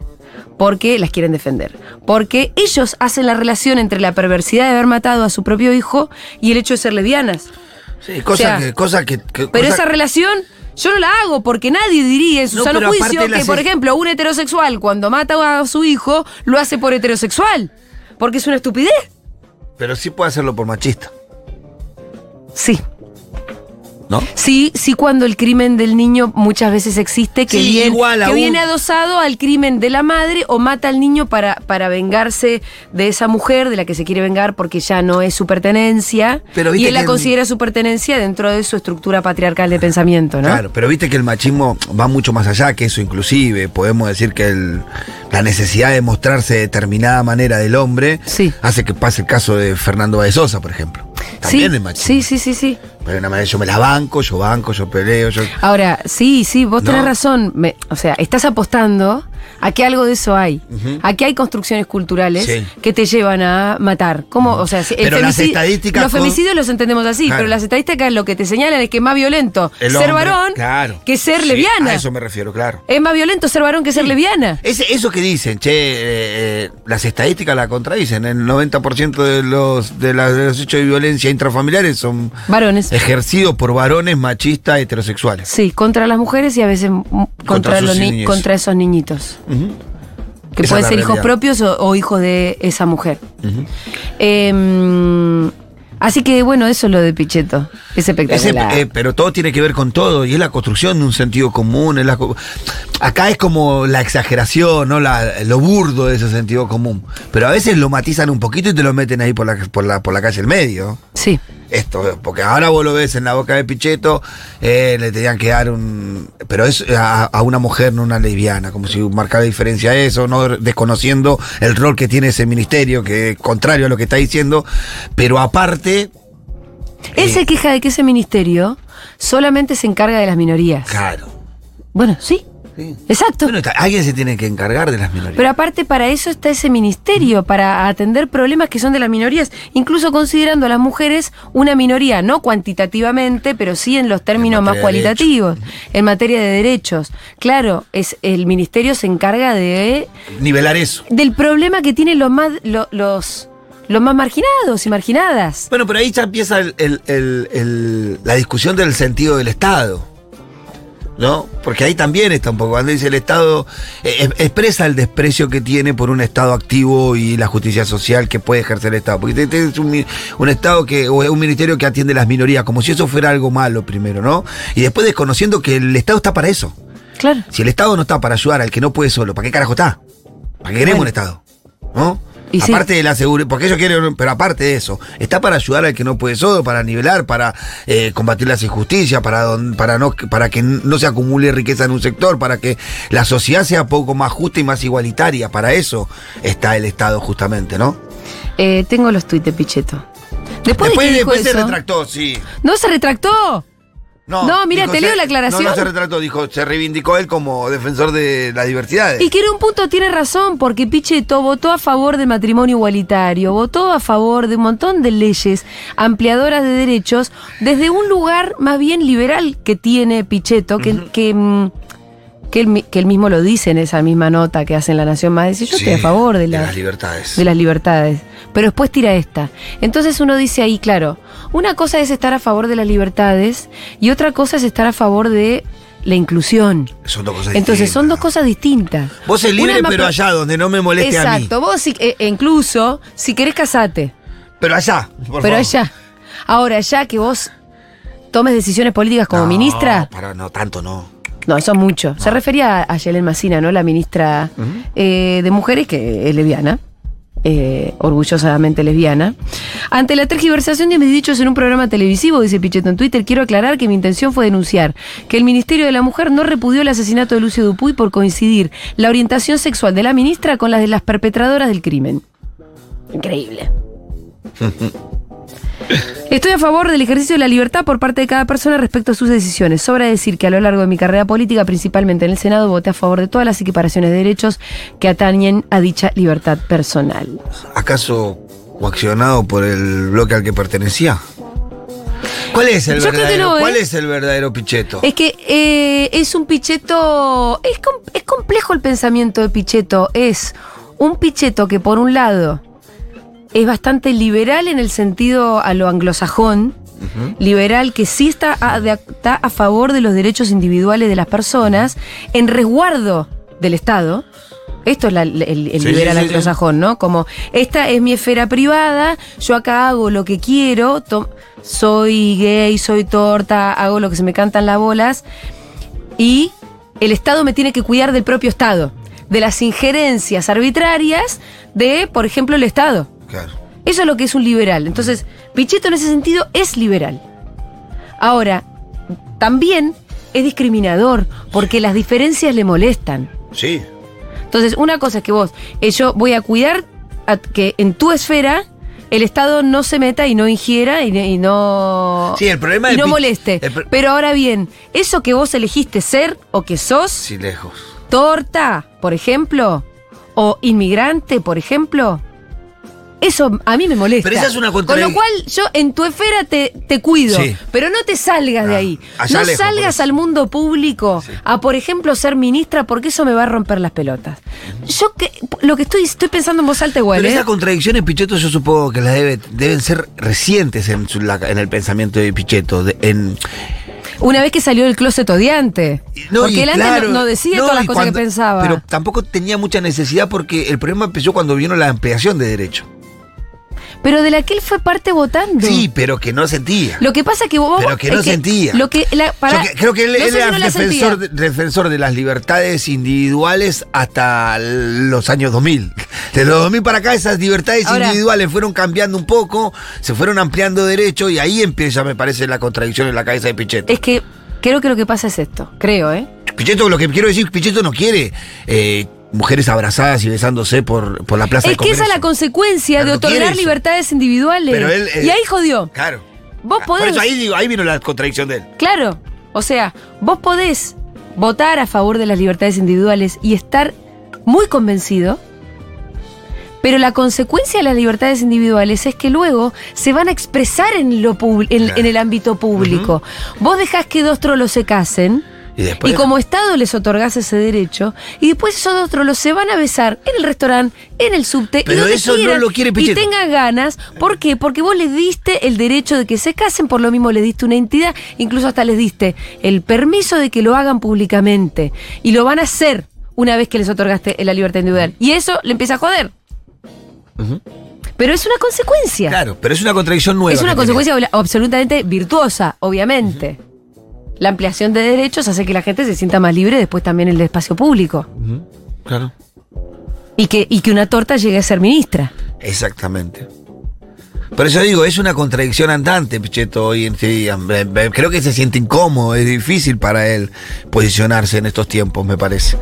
[SPEAKER 1] porque las quieren defender. Porque ellos hacen la relación entre la perversidad de haber matado a su propio hijo y el hecho de ser lesbianas.
[SPEAKER 2] Sí,
[SPEAKER 1] sea,
[SPEAKER 2] cosa que. Cosa que, que-
[SPEAKER 1] Pero
[SPEAKER 2] cosa-
[SPEAKER 1] esa relación yo no la hago porque nadie diría en su
[SPEAKER 2] No,
[SPEAKER 1] sano
[SPEAKER 2] pero aparte
[SPEAKER 1] juicio que,
[SPEAKER 2] las
[SPEAKER 1] por
[SPEAKER 2] es-
[SPEAKER 1] ejemplo, un heterosexual cuando mata a su hijo lo hace por heterosexual. Porque es una estupidez.
[SPEAKER 2] pero sí puede hacerlo por machista,
[SPEAKER 1] Sí.
[SPEAKER 2] ¿no?
[SPEAKER 1] Sí, sí, cuando el crimen del niño muchas veces existe, que,
[SPEAKER 2] Sí,
[SPEAKER 1] bien-
[SPEAKER 2] igual
[SPEAKER 1] que
[SPEAKER 2] aún.
[SPEAKER 1] viene adosado al crimen de la madre o mata al niño para, para vengarse de esa mujer de la que se quiere vengar porque ya no es su pertenencia.
[SPEAKER 2] Pero
[SPEAKER 1] y
[SPEAKER 2] viste
[SPEAKER 1] él la
[SPEAKER 2] que-
[SPEAKER 1] considera su pertenencia dentro de su estructura patriarcal de pensamiento, ¿no?
[SPEAKER 2] Claro, pero viste que el machismo va mucho más allá que eso, inclusive. Podemos decir que el- la necesidad de mostrarse de determinada manera del hombre
[SPEAKER 1] Sí.
[SPEAKER 2] hace que pase el caso de Fernando Baez Sosa, por ejemplo. También
[SPEAKER 1] sí,
[SPEAKER 2] es machismo.
[SPEAKER 1] sí, sí, sí, sí.
[SPEAKER 2] Pero de una manera yo me la banco, yo banco, yo peleo, yo.
[SPEAKER 1] Ahora, sí, sí, vos tenés
[SPEAKER 2] No.
[SPEAKER 1] razón. Me- o sea, estás apostando a que algo de eso hay. A que hay construcciones culturales
[SPEAKER 2] Sí.
[SPEAKER 1] que te llevan a matar. ¿Cómo? O sea, si- el
[SPEAKER 2] Pero las
[SPEAKER 1] femicid-
[SPEAKER 2] estadísticas
[SPEAKER 1] Los
[SPEAKER 2] con-
[SPEAKER 1] femicidios los entendemos así,
[SPEAKER 2] Claro.
[SPEAKER 1] pero las estadísticas lo que te señalan es que es más violento
[SPEAKER 2] El
[SPEAKER 1] ser
[SPEAKER 2] hombre,
[SPEAKER 1] varón
[SPEAKER 2] claro.
[SPEAKER 1] que ser
[SPEAKER 2] Sí,
[SPEAKER 1] leviana.
[SPEAKER 2] A eso me refiero, claro.
[SPEAKER 1] Es más violento ser varón que ser leviana.
[SPEAKER 2] Ese- eso que dicen, che, eh, eh, las estadísticas la contradicen. El 90% de los, de, las- de los hechos de violencia intrafamiliares son
[SPEAKER 1] Varones.
[SPEAKER 2] Eh. ejercidos por varones machistas heterosexuales.
[SPEAKER 1] Sí, contra las mujeres y a veces mm, contra,
[SPEAKER 2] Contra sus
[SPEAKER 1] los ni-
[SPEAKER 2] niñes.
[SPEAKER 1] contra esos niñitos.
[SPEAKER 2] Ujú.
[SPEAKER 1] Que pueden
[SPEAKER 2] Esa es la
[SPEAKER 1] ser hijos
[SPEAKER 2] realidad.
[SPEAKER 1] propios o, o hijos de esa mujer.
[SPEAKER 2] Ujú.
[SPEAKER 1] Eh, así que bueno, eso es lo de Pichetto. Es
[SPEAKER 2] Ese-
[SPEAKER 1] espectacular.
[SPEAKER 2] eh, pero todo tiene que ver con todo y es la construcción de un sentido común. es la co- acá es como la exageración, ¿no? La- lo burdo de ese sentido común. Pero a veces lo matizan un poquito y te lo meten ahí por la, por la, por la calle del medio.
[SPEAKER 1] sí.
[SPEAKER 2] Esto, porque ahora vos lo ves en la boca de Pichetto, eh, le tenían que dar un. Pero es a, a una mujer, no una lesbiana, como si marcara diferencia eso, no desconociendo el rol que tiene ese ministerio, que es contrario a lo que está diciendo. Pero aparte, eh,
[SPEAKER 1] Él se queja de que ese ministerio solamente se encarga de las minorías.
[SPEAKER 2] claro.
[SPEAKER 1] Bueno, sí.
[SPEAKER 2] sí.
[SPEAKER 1] Exacto.
[SPEAKER 2] Bueno, está- alguien se tiene que encargar de las minorías.
[SPEAKER 1] Pero aparte para eso está ese ministerio, para atender problemas que son de las minorías, incluso considerando a las mujeres una minoría, no cuantitativamente, pero sí en los términos más
[SPEAKER 2] materia de
[SPEAKER 1] cualitativos, en materia de derechos. Claro, es el ministerio se encarga de
[SPEAKER 2] Nivelar eso.
[SPEAKER 1] del problema que tienen los más lo- los los más marginados y marginadas.
[SPEAKER 2] Bueno, pero ahí ya empieza el- el- el- el- la discusión del sentido del Estado. ¿no? Porque ahí también está un poco. Cuando dice el Estado, eh, expresa el desprecio que tiene por un Estado activo y la justicia social que puede ejercer el Estado. Porque este es un, un Estado que, o es un ministerio que atiende las minorías, como si eso fuera algo malo primero, ¿no? Y después desconociendo que el Estado está para eso.
[SPEAKER 1] Claro.
[SPEAKER 2] Si el Estado no está para ayudar al que no puede solo, ¿para qué carajo está? ¿Para qué queremos un Estado? ¿No?
[SPEAKER 1] Y sí.
[SPEAKER 2] aparte de la seguridad, porque ellos quieren, pero aparte de eso, está para ayudar al que no puede solo, para nivelar, para eh, combatir las injusticias, para, don- para, no, para que no se acumule riqueza en un sector, para que la sociedad sea poco más justa y más igualitaria. Para eso está el Estado justamente, ¿no?
[SPEAKER 1] Eh, tengo los tuits de Pichetto. Después, de
[SPEAKER 2] después
[SPEAKER 1] que dijo
[SPEAKER 2] después se
[SPEAKER 1] eso-
[SPEAKER 2] retractó, sí.
[SPEAKER 1] ¡No se retractó!
[SPEAKER 2] No,
[SPEAKER 1] No, mira,
[SPEAKER 2] dijo,
[SPEAKER 1] te
[SPEAKER 2] se-
[SPEAKER 1] leo la aclaración.
[SPEAKER 2] No, no se retractó, dijo, se reivindicó él como defensor de las diversidades.
[SPEAKER 1] Y que en un punto tiene razón, porque Pichetto votó a favor del matrimonio igualitario, votó a favor de un montón de leyes ampliadoras de derechos, desde un lugar más bien liberal que tiene Pichetto, que, que, mm, que él, mi- que él mismo lo dice en esa misma nota que hace en La Nación Más, dice, yo
[SPEAKER 2] Sí,
[SPEAKER 1] estoy a favor de, la-
[SPEAKER 2] las libertades.
[SPEAKER 1] de las libertades. Pero después tira esta. Entonces uno dice ahí, claro, una cosa es estar a favor de las libertades y otra cosa es estar a favor de la inclusión.
[SPEAKER 2] Son dos cosas
[SPEAKER 1] Entonces son dos
[SPEAKER 2] distintas.
[SPEAKER 1] cosas distintas.
[SPEAKER 2] Vos es
[SPEAKER 1] Una
[SPEAKER 2] libre,
[SPEAKER 1] es más
[SPEAKER 2] pero
[SPEAKER 1] pro-
[SPEAKER 2] allá, donde no me moleste a mí.
[SPEAKER 1] Exacto. Vos, si- e- e incluso, si querés casate,
[SPEAKER 2] Pero allá, por
[SPEAKER 1] pero
[SPEAKER 2] favor.
[SPEAKER 1] allá. Ahora, ya que vos tomes decisiones políticas como
[SPEAKER 2] No,
[SPEAKER 1] ministra,
[SPEAKER 2] Para, no, tanto no.
[SPEAKER 1] no, eso es mucho. Se refería a- a Yelén Macina, ¿no? La ministra eh, de Mujeres, que es lesbiana. eh, orgullosamente lesbiana. Ante la tergiversación de mis dichos en un programa televisivo, dice Pichetto en Twitter, quiero aclarar que mi intención fue denunciar que el Ministerio de la Mujer no repudió el asesinato de Lucio Dupuy por coincidir la orientación sexual de la ministra con la de las perpetradoras del crimen. Increíble. Estoy a favor del ejercicio de la libertad por parte de cada persona respecto a sus decisiones. Sobra decir que a lo largo de mi carrera política, principalmente en el Senado, voté a favor de todas las equiparaciones de derechos que atañen a dicha libertad personal.
[SPEAKER 2] ¿Acaso coaccionado por el bloque al que pertenecía? ¿Cuál es el
[SPEAKER 1] Yo creo que
[SPEAKER 2] verdadero?
[SPEAKER 1] no, ¿eh?
[SPEAKER 2] ¿Cuál es el verdadero picheto?
[SPEAKER 1] Es que eh, es un picheto. Es, com- es complejo el pensamiento de Picheto. Es un picheto que, por un lado, es bastante liberal en el sentido a lo anglosajón. Liberal que sí está a, de- está a favor de los derechos individuales de las personas en resguardo del Estado. Esto es la- el, el
[SPEAKER 2] Sí,
[SPEAKER 1] liberal
[SPEAKER 2] sí, sí, sí.
[SPEAKER 1] anglosajón, ¿no? Como esta es mi esfera privada, yo acá hago lo que quiero, to- soy gay, soy torta, hago lo que se me cantan las bolas y el Estado me tiene que cuidar del propio Estado, de las injerencias arbitrarias de, por ejemplo, el Estado.
[SPEAKER 2] Claro.
[SPEAKER 1] Eso es lo que es un liberal. Entonces, Pichetto en ese sentido es liberal. Ahora, también es discriminador porque las diferencias le molestan.
[SPEAKER 2] Sí.
[SPEAKER 1] Entonces, una cosa es que vos, eh, yo voy a cuidar a que en tu esfera el Estado no se meta y no ingiera y, y no.
[SPEAKER 2] Sí, el problema
[SPEAKER 1] y
[SPEAKER 2] de
[SPEAKER 1] no
[SPEAKER 2] Pi-
[SPEAKER 1] moleste.
[SPEAKER 2] el pro-
[SPEAKER 1] Pero ahora bien, eso que vos elegiste ser o que sos,
[SPEAKER 2] Sí, lejos.
[SPEAKER 1] torta, por ejemplo, o inmigrante, por ejemplo, eso a mí me molesta.
[SPEAKER 2] Pero esa es una
[SPEAKER 1] Con
[SPEAKER 2] contradic-
[SPEAKER 1] lo cual, yo en tu esfera te, te cuido,
[SPEAKER 2] Sí.
[SPEAKER 1] pero no te salgas de
[SPEAKER 2] Ah,
[SPEAKER 1] ahí.
[SPEAKER 2] allá
[SPEAKER 1] No
[SPEAKER 2] lejos, por
[SPEAKER 1] salgas
[SPEAKER 2] eso.
[SPEAKER 1] al mundo público a, por ejemplo, ser ministra, porque eso me va a romper las pelotas. Yo que, lo que estoy, estoy pensando en voz alta igual,
[SPEAKER 2] Pero
[SPEAKER 1] ¿eh?
[SPEAKER 2] esas contradicciones, Pichetto, yo supongo que las debe- deben ser recientes en, su- la- en el pensamiento de Pichetto. de- en,
[SPEAKER 1] Una vez que salió del closet odiante. porque
[SPEAKER 2] y
[SPEAKER 1] él antes
[SPEAKER 2] claro,
[SPEAKER 1] no, no decía
[SPEAKER 2] no,
[SPEAKER 1] todas las
[SPEAKER 2] y
[SPEAKER 1] cosas
[SPEAKER 2] cuando-
[SPEAKER 1] que pensaba.
[SPEAKER 2] Pero tampoco tenía mucha necesidad porque el problema empezó cuando vino la ampliación de derecho.
[SPEAKER 1] Pero de la que él fue parte votando.
[SPEAKER 2] Sí, pero que no sentía.
[SPEAKER 1] Lo que pasa es que vos.
[SPEAKER 2] Pero que no
[SPEAKER 1] es
[SPEAKER 2] sentía.
[SPEAKER 1] Lo que, la- para-
[SPEAKER 2] Yo que- creo que él,
[SPEAKER 1] no
[SPEAKER 2] él
[SPEAKER 1] sé si
[SPEAKER 2] era
[SPEAKER 1] no la
[SPEAKER 2] defensor,
[SPEAKER 1] sentía.
[SPEAKER 2] de, defensor de las libertades individuales hasta los años 2000. De los 2000 para acá esas libertades
[SPEAKER 1] Ahora-
[SPEAKER 2] individuales fueron cambiando un poco, se fueron ampliando derechos y ahí empieza, me parece, la contradicción en la cabeza de Pichetto.
[SPEAKER 1] Es que creo que lo que pasa es esto. Creo, ¿eh?
[SPEAKER 2] Pichetto, lo que quiero decir, Pichetto no quiere eh, mujeres abrazadas y besándose por, por la plaza
[SPEAKER 1] Es
[SPEAKER 2] del
[SPEAKER 1] que esa es
[SPEAKER 2] Congreso.
[SPEAKER 1] la consecuencia
[SPEAKER 2] Pero
[SPEAKER 1] de
[SPEAKER 2] no quiere
[SPEAKER 1] otorgar
[SPEAKER 2] eso.
[SPEAKER 1] libertades individuales.
[SPEAKER 2] Pero él, eh,
[SPEAKER 1] y ahí jodió.
[SPEAKER 2] Claro.
[SPEAKER 1] Vos
[SPEAKER 2] Por
[SPEAKER 1] podés.
[SPEAKER 2] eso ahí, digo, ahí vino la contradicción de él.
[SPEAKER 1] Claro. O sea, vos podés votar a favor de las libertades individuales y estar muy convencido. Pero la consecuencia de las libertades individuales es que luego se van a expresar en, lo pub- en,
[SPEAKER 2] Claro.
[SPEAKER 1] en el ámbito público. Vos dejás que dos trolos se casen
[SPEAKER 2] Y después.
[SPEAKER 1] Y como Estado les otorgás ese derecho, y después esos otros los se van a besar en el restaurante, en el subte,
[SPEAKER 2] Pero
[SPEAKER 1] y donde
[SPEAKER 2] eso no
[SPEAKER 1] quieran,
[SPEAKER 2] lo quiere
[SPEAKER 1] Y
[SPEAKER 2] Pichetto.
[SPEAKER 1] tengan ganas, ¿por qué? Porque vos les diste el derecho de que se casen, por lo mismo les diste una entidad, incluso hasta les diste el permiso de que lo hagan públicamente. Y lo van a hacer una vez que les otorgaste la libertad individual. Y eso le empieza a joder.
[SPEAKER 2] Ujú.
[SPEAKER 1] Pero es una consecuencia.
[SPEAKER 2] Claro, pero es una contradicción nueva.
[SPEAKER 1] Es una
[SPEAKER 2] que
[SPEAKER 1] consecuencia obla- absolutamente virtuosa, obviamente. La ampliación de derechos hace que la gente se sienta más libre después también en el espacio público.
[SPEAKER 2] tenés. Ujú, ¿eh? Claro.
[SPEAKER 1] Y que, y que una torta llegue a ser ministra.
[SPEAKER 2] Exactamente. Por eso digo, es una contradicción andante, Pichetto, hoy en este día. Me- me- Creo que se siente incómodo, es difícil para él posicionarse en estos tiempos, me parece.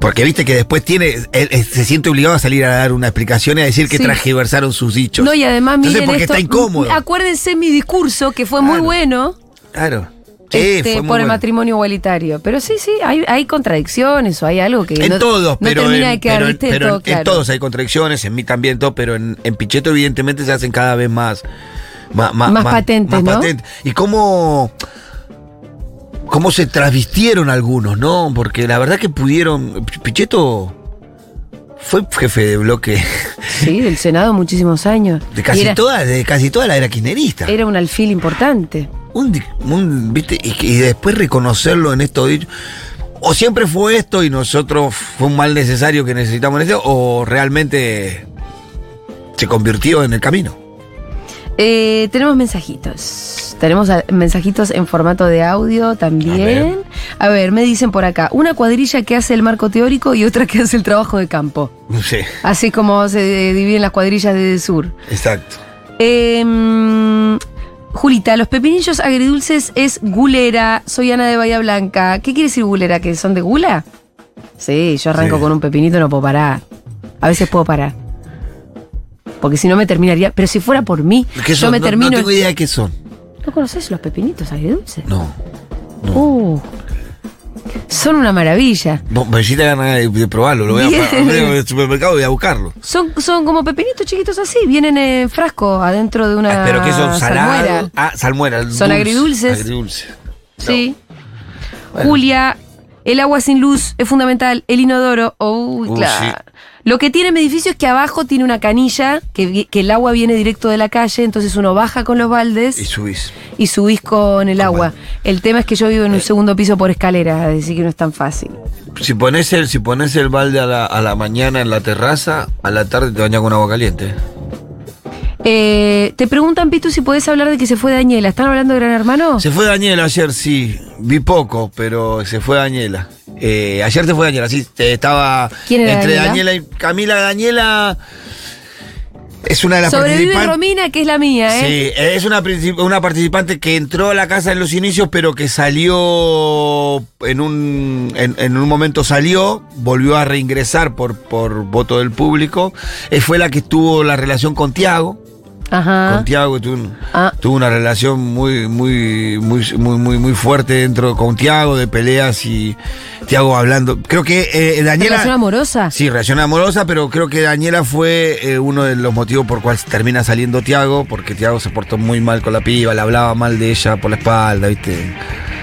[SPEAKER 2] Porque viste que después tiene, él, eh, se siente obligado a salir a dar una explicación y a decir que
[SPEAKER 1] Sí.
[SPEAKER 2] transgiversaron sus dichos.
[SPEAKER 1] No, y además
[SPEAKER 2] Entonces,
[SPEAKER 1] miren
[SPEAKER 2] porque
[SPEAKER 1] esto.
[SPEAKER 2] está incómodo.
[SPEAKER 1] Acuérdense mi discurso, que fue muy
[SPEAKER 2] Claro.
[SPEAKER 1] bueno
[SPEAKER 2] Claro.
[SPEAKER 1] este, por el matrimonio igualitario. Pero sí, sí, hay, hay contradicciones o hay algo que
[SPEAKER 2] En
[SPEAKER 1] no,
[SPEAKER 2] todos,
[SPEAKER 1] no
[SPEAKER 2] pero,
[SPEAKER 1] termina
[SPEAKER 2] en,
[SPEAKER 1] de quedar,
[SPEAKER 2] pero en-
[SPEAKER 1] ¿viste?
[SPEAKER 2] pero en-
[SPEAKER 1] Todo
[SPEAKER 2] en
[SPEAKER 1] claro.
[SPEAKER 2] todos hay contradicciones, en mí también, todo, pero en, en Pichetto evidentemente se hacen cada vez más... Más,
[SPEAKER 1] Más patentes, ¿no?
[SPEAKER 2] patentes. Y cómo... Cómo se trasvistieron algunos, ¿no? Porque la verdad que pudieron... Pichetto fue jefe de bloque
[SPEAKER 1] Sí, del Senado muchísimos años.
[SPEAKER 2] de
[SPEAKER 1] Y
[SPEAKER 2] casi,
[SPEAKER 1] era,
[SPEAKER 2] toda, de casi toda la era kirchnerista.
[SPEAKER 1] era un alfil importante.
[SPEAKER 2] un, di- un- ¿viste? Y, que- y después reconocerlo en esto dicho. O siempre fue esto y nosotros fue un mal necesario que necesitamos en esto, o realmente se convirtió en el *laughs* camino.
[SPEAKER 1] Eh, tenemos mensajitos. Tenemos a- mensajitos en formato de audio también. A ver. me dicen por acá, una cuadrilla que hace el marco teórico y otra que hace el trabajo de campo.
[SPEAKER 2] No sé,
[SPEAKER 1] Así como se eh, dividen las cuadrillas de sur.
[SPEAKER 2] exacto.
[SPEAKER 1] Eh, mm, Julita, los pepinillos agridulces es gulera. Soy Ana de Bahía Blanca. ¿Qué quiere decir gulera? ¿Que son de gula? Sí, yo arranco
[SPEAKER 2] Sí.
[SPEAKER 1] con un pepinito, no puedo parar. A veces puedo parar. Porque si no me terminaría. Pero si fuera por mí,
[SPEAKER 2] ¿Qué
[SPEAKER 1] yo
[SPEAKER 2] son?
[SPEAKER 1] me
[SPEAKER 2] no,
[SPEAKER 1] termino.
[SPEAKER 2] no tengo idea de qué son.
[SPEAKER 1] ¿No conoces los pepinitos agridulces?
[SPEAKER 2] No. no.
[SPEAKER 1] Uh, son una maravilla.
[SPEAKER 2] Vos- Me hiciste ganas de, de probarlo, lo voy a,
[SPEAKER 1] Bien.
[SPEAKER 2] pa- voy al supermercado y voy a buscarlo.
[SPEAKER 1] Son, son como pepinitos chiquitos así, vienen en frasco adentro de una.
[SPEAKER 2] Ah, Pero que son salados.
[SPEAKER 1] salmuera.
[SPEAKER 2] Ah, salmuera.
[SPEAKER 1] Son
[SPEAKER 2] dulce,
[SPEAKER 1] agridulces.
[SPEAKER 2] Agridulce.
[SPEAKER 1] Sí.
[SPEAKER 2] Bueno.
[SPEAKER 1] Julia, el agua sin luz es fundamental, el inodoro, uy,
[SPEAKER 2] Uh,
[SPEAKER 1] claro. Lo que tiene mi edificio es que abajo tiene una canilla, que, vi- que el agua viene directo de la calle, entonces uno baja con los baldes
[SPEAKER 2] Y Ah, subís.
[SPEAKER 1] y subís con el agua. El tema es que yo
[SPEAKER 2] Eh.
[SPEAKER 1] vivo en un segundo piso por escalera, así que no es tan fácil.
[SPEAKER 2] Si pones el, si pones el balde a la, a la mañana en la terraza, a la tarde te bañas con agua caliente.
[SPEAKER 1] Eh, te preguntan, Pitu, si podés hablar de que se fue Daniela. ¿Están hablando de Gran Hermano?
[SPEAKER 2] Se fue Daniela ayer, sí. Vi poco, pero se fue Daniela. Eh, ayer se fue Daniela, sí. te- estaba
[SPEAKER 1] ¿Quién era
[SPEAKER 2] entre
[SPEAKER 1] Daniela?
[SPEAKER 2] Daniela? y Camila. Daniela es una de las
[SPEAKER 1] Sobrevive
[SPEAKER 2] participan-
[SPEAKER 1] Romina, que es la mía, ¿eh?
[SPEAKER 2] Sí, es una, princip- una participante que entró a la casa en los inicios, pero que salió en un, en, en un momento salió, volvió a reingresar por, por voto del público. Eh, fue la que tuvo la relación con Tiago.
[SPEAKER 1] Ajá.
[SPEAKER 2] Con Tiago tuvo, un-
[SPEAKER 1] Ah.
[SPEAKER 2] tuvo una relación muy, muy, muy, muy, muy, muy fuerte dentro con Tiago, de peleas y Tiago hablando. Creo que eh, Daniela.
[SPEAKER 1] ¿Relación amorosa?
[SPEAKER 2] Sí, relación amorosa, pero creo que Daniela fue eh, uno de los motivos por cual termina saliendo Tiago, porque Tiago se portó muy mal con la piba, le hablaba mal de ella por la espalda, ¿viste?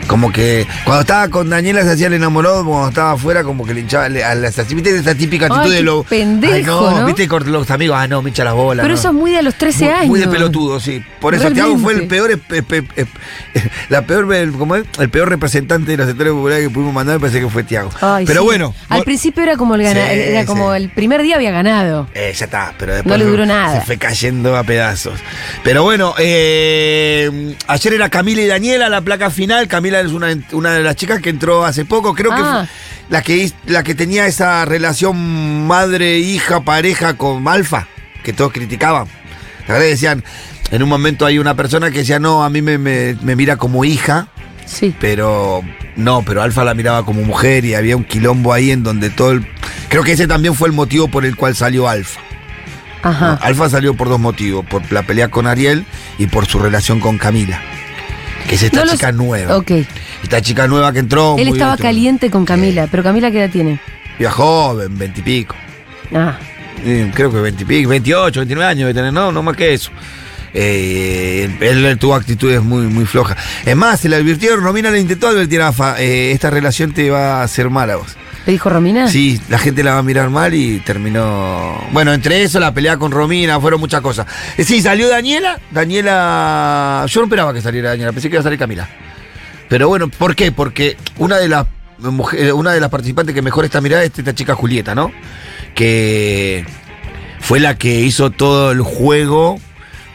[SPEAKER 2] Como que cuando estaba con Daniela se hacía el enamorado, cuando estaba afuera como que le hinchaba, le- a las, ¿viste esa típica
[SPEAKER 1] Ay,
[SPEAKER 2] actitud
[SPEAKER 1] qué
[SPEAKER 2] de los...
[SPEAKER 1] pendejo,
[SPEAKER 2] Ay, no,
[SPEAKER 1] ¿no?
[SPEAKER 2] viste con los amigos, ah, no, me hincha las bolas.
[SPEAKER 1] Pero
[SPEAKER 2] no".
[SPEAKER 1] eso es muy de a los 13
[SPEAKER 2] Muy-
[SPEAKER 1] años.
[SPEAKER 2] Muy de pelotudo, sí. Por eso Tiago fue el
[SPEAKER 1] Realmente.
[SPEAKER 2] peor, espe- espe- espe- *laughs* la peor, el- ¿cómo es? El peor representante de los sectores populares que pudimos mandar, me parece que fue Tiago.
[SPEAKER 1] Ay,
[SPEAKER 2] Pero
[SPEAKER 1] sí.
[SPEAKER 2] bueno.
[SPEAKER 1] Al
[SPEAKER 2] vol-
[SPEAKER 1] principio era como el gana-
[SPEAKER 2] Sí,
[SPEAKER 1] era como
[SPEAKER 2] sí.
[SPEAKER 1] el primer día había ganado.
[SPEAKER 2] Eh, ya está, pero después
[SPEAKER 1] No le
[SPEAKER 2] se-
[SPEAKER 1] duró nada.
[SPEAKER 2] se fue cayendo a pedazos. Pero bueno, eh, ayer era Camila y Daniela la placa final. Camila es una, una de las chicas que entró hace poco, creo que
[SPEAKER 1] Ah.
[SPEAKER 2] fue la que, is- la que tenía esa relación madre-hija-pareja con Alfa, que todos criticaban. La verdad decían, en un momento hay una persona que decía, no, a mí me, me- me mira como hija,
[SPEAKER 1] Sí.
[SPEAKER 2] pero no, pero Alfa la miraba como mujer y había un quilombo ahí en donde todo el... Creo que ese también fue el motivo por el cual salió Alfa.
[SPEAKER 1] Ajá.
[SPEAKER 2] Alfa salió por dos motivos, por la pelea con Ariel y por su relación con Camila, que es esta
[SPEAKER 1] No los-
[SPEAKER 2] chica nueva.
[SPEAKER 1] Ok.
[SPEAKER 2] Esta chica nueva que entró.
[SPEAKER 1] Él
[SPEAKER 2] muy
[SPEAKER 1] estaba
[SPEAKER 2] otro-
[SPEAKER 1] caliente con Camila, pero Camila qué edad tiene?
[SPEAKER 2] Ya joven, veintipico. Eh,
[SPEAKER 1] Ah.
[SPEAKER 2] Creo que veintipico, veintiocho, veintinueve años debe tener, no, no más que eso. eh, él, él tuvo actitudes muy, muy flojas. Es más, se le advirtió, Romina le intentó advertir a Afa, eh, esta relación te va a hacer mal a vos.
[SPEAKER 1] ¿Le dijo Romina?
[SPEAKER 2] Sí, la gente la va a mirar mal y terminó. Bueno, entre eso, la pelea con Romina, fueron muchas cosas. Eh, sí, salió Daniela. Daniela. Yo no esperaba que saliera Daniela, pensé que iba a salir Camila. Pero bueno, ¿por qué? Porque una de las mujer- una de las participantes que mejor está mirada es esta chica Julieta, ¿no? Que fue la que hizo todo el juego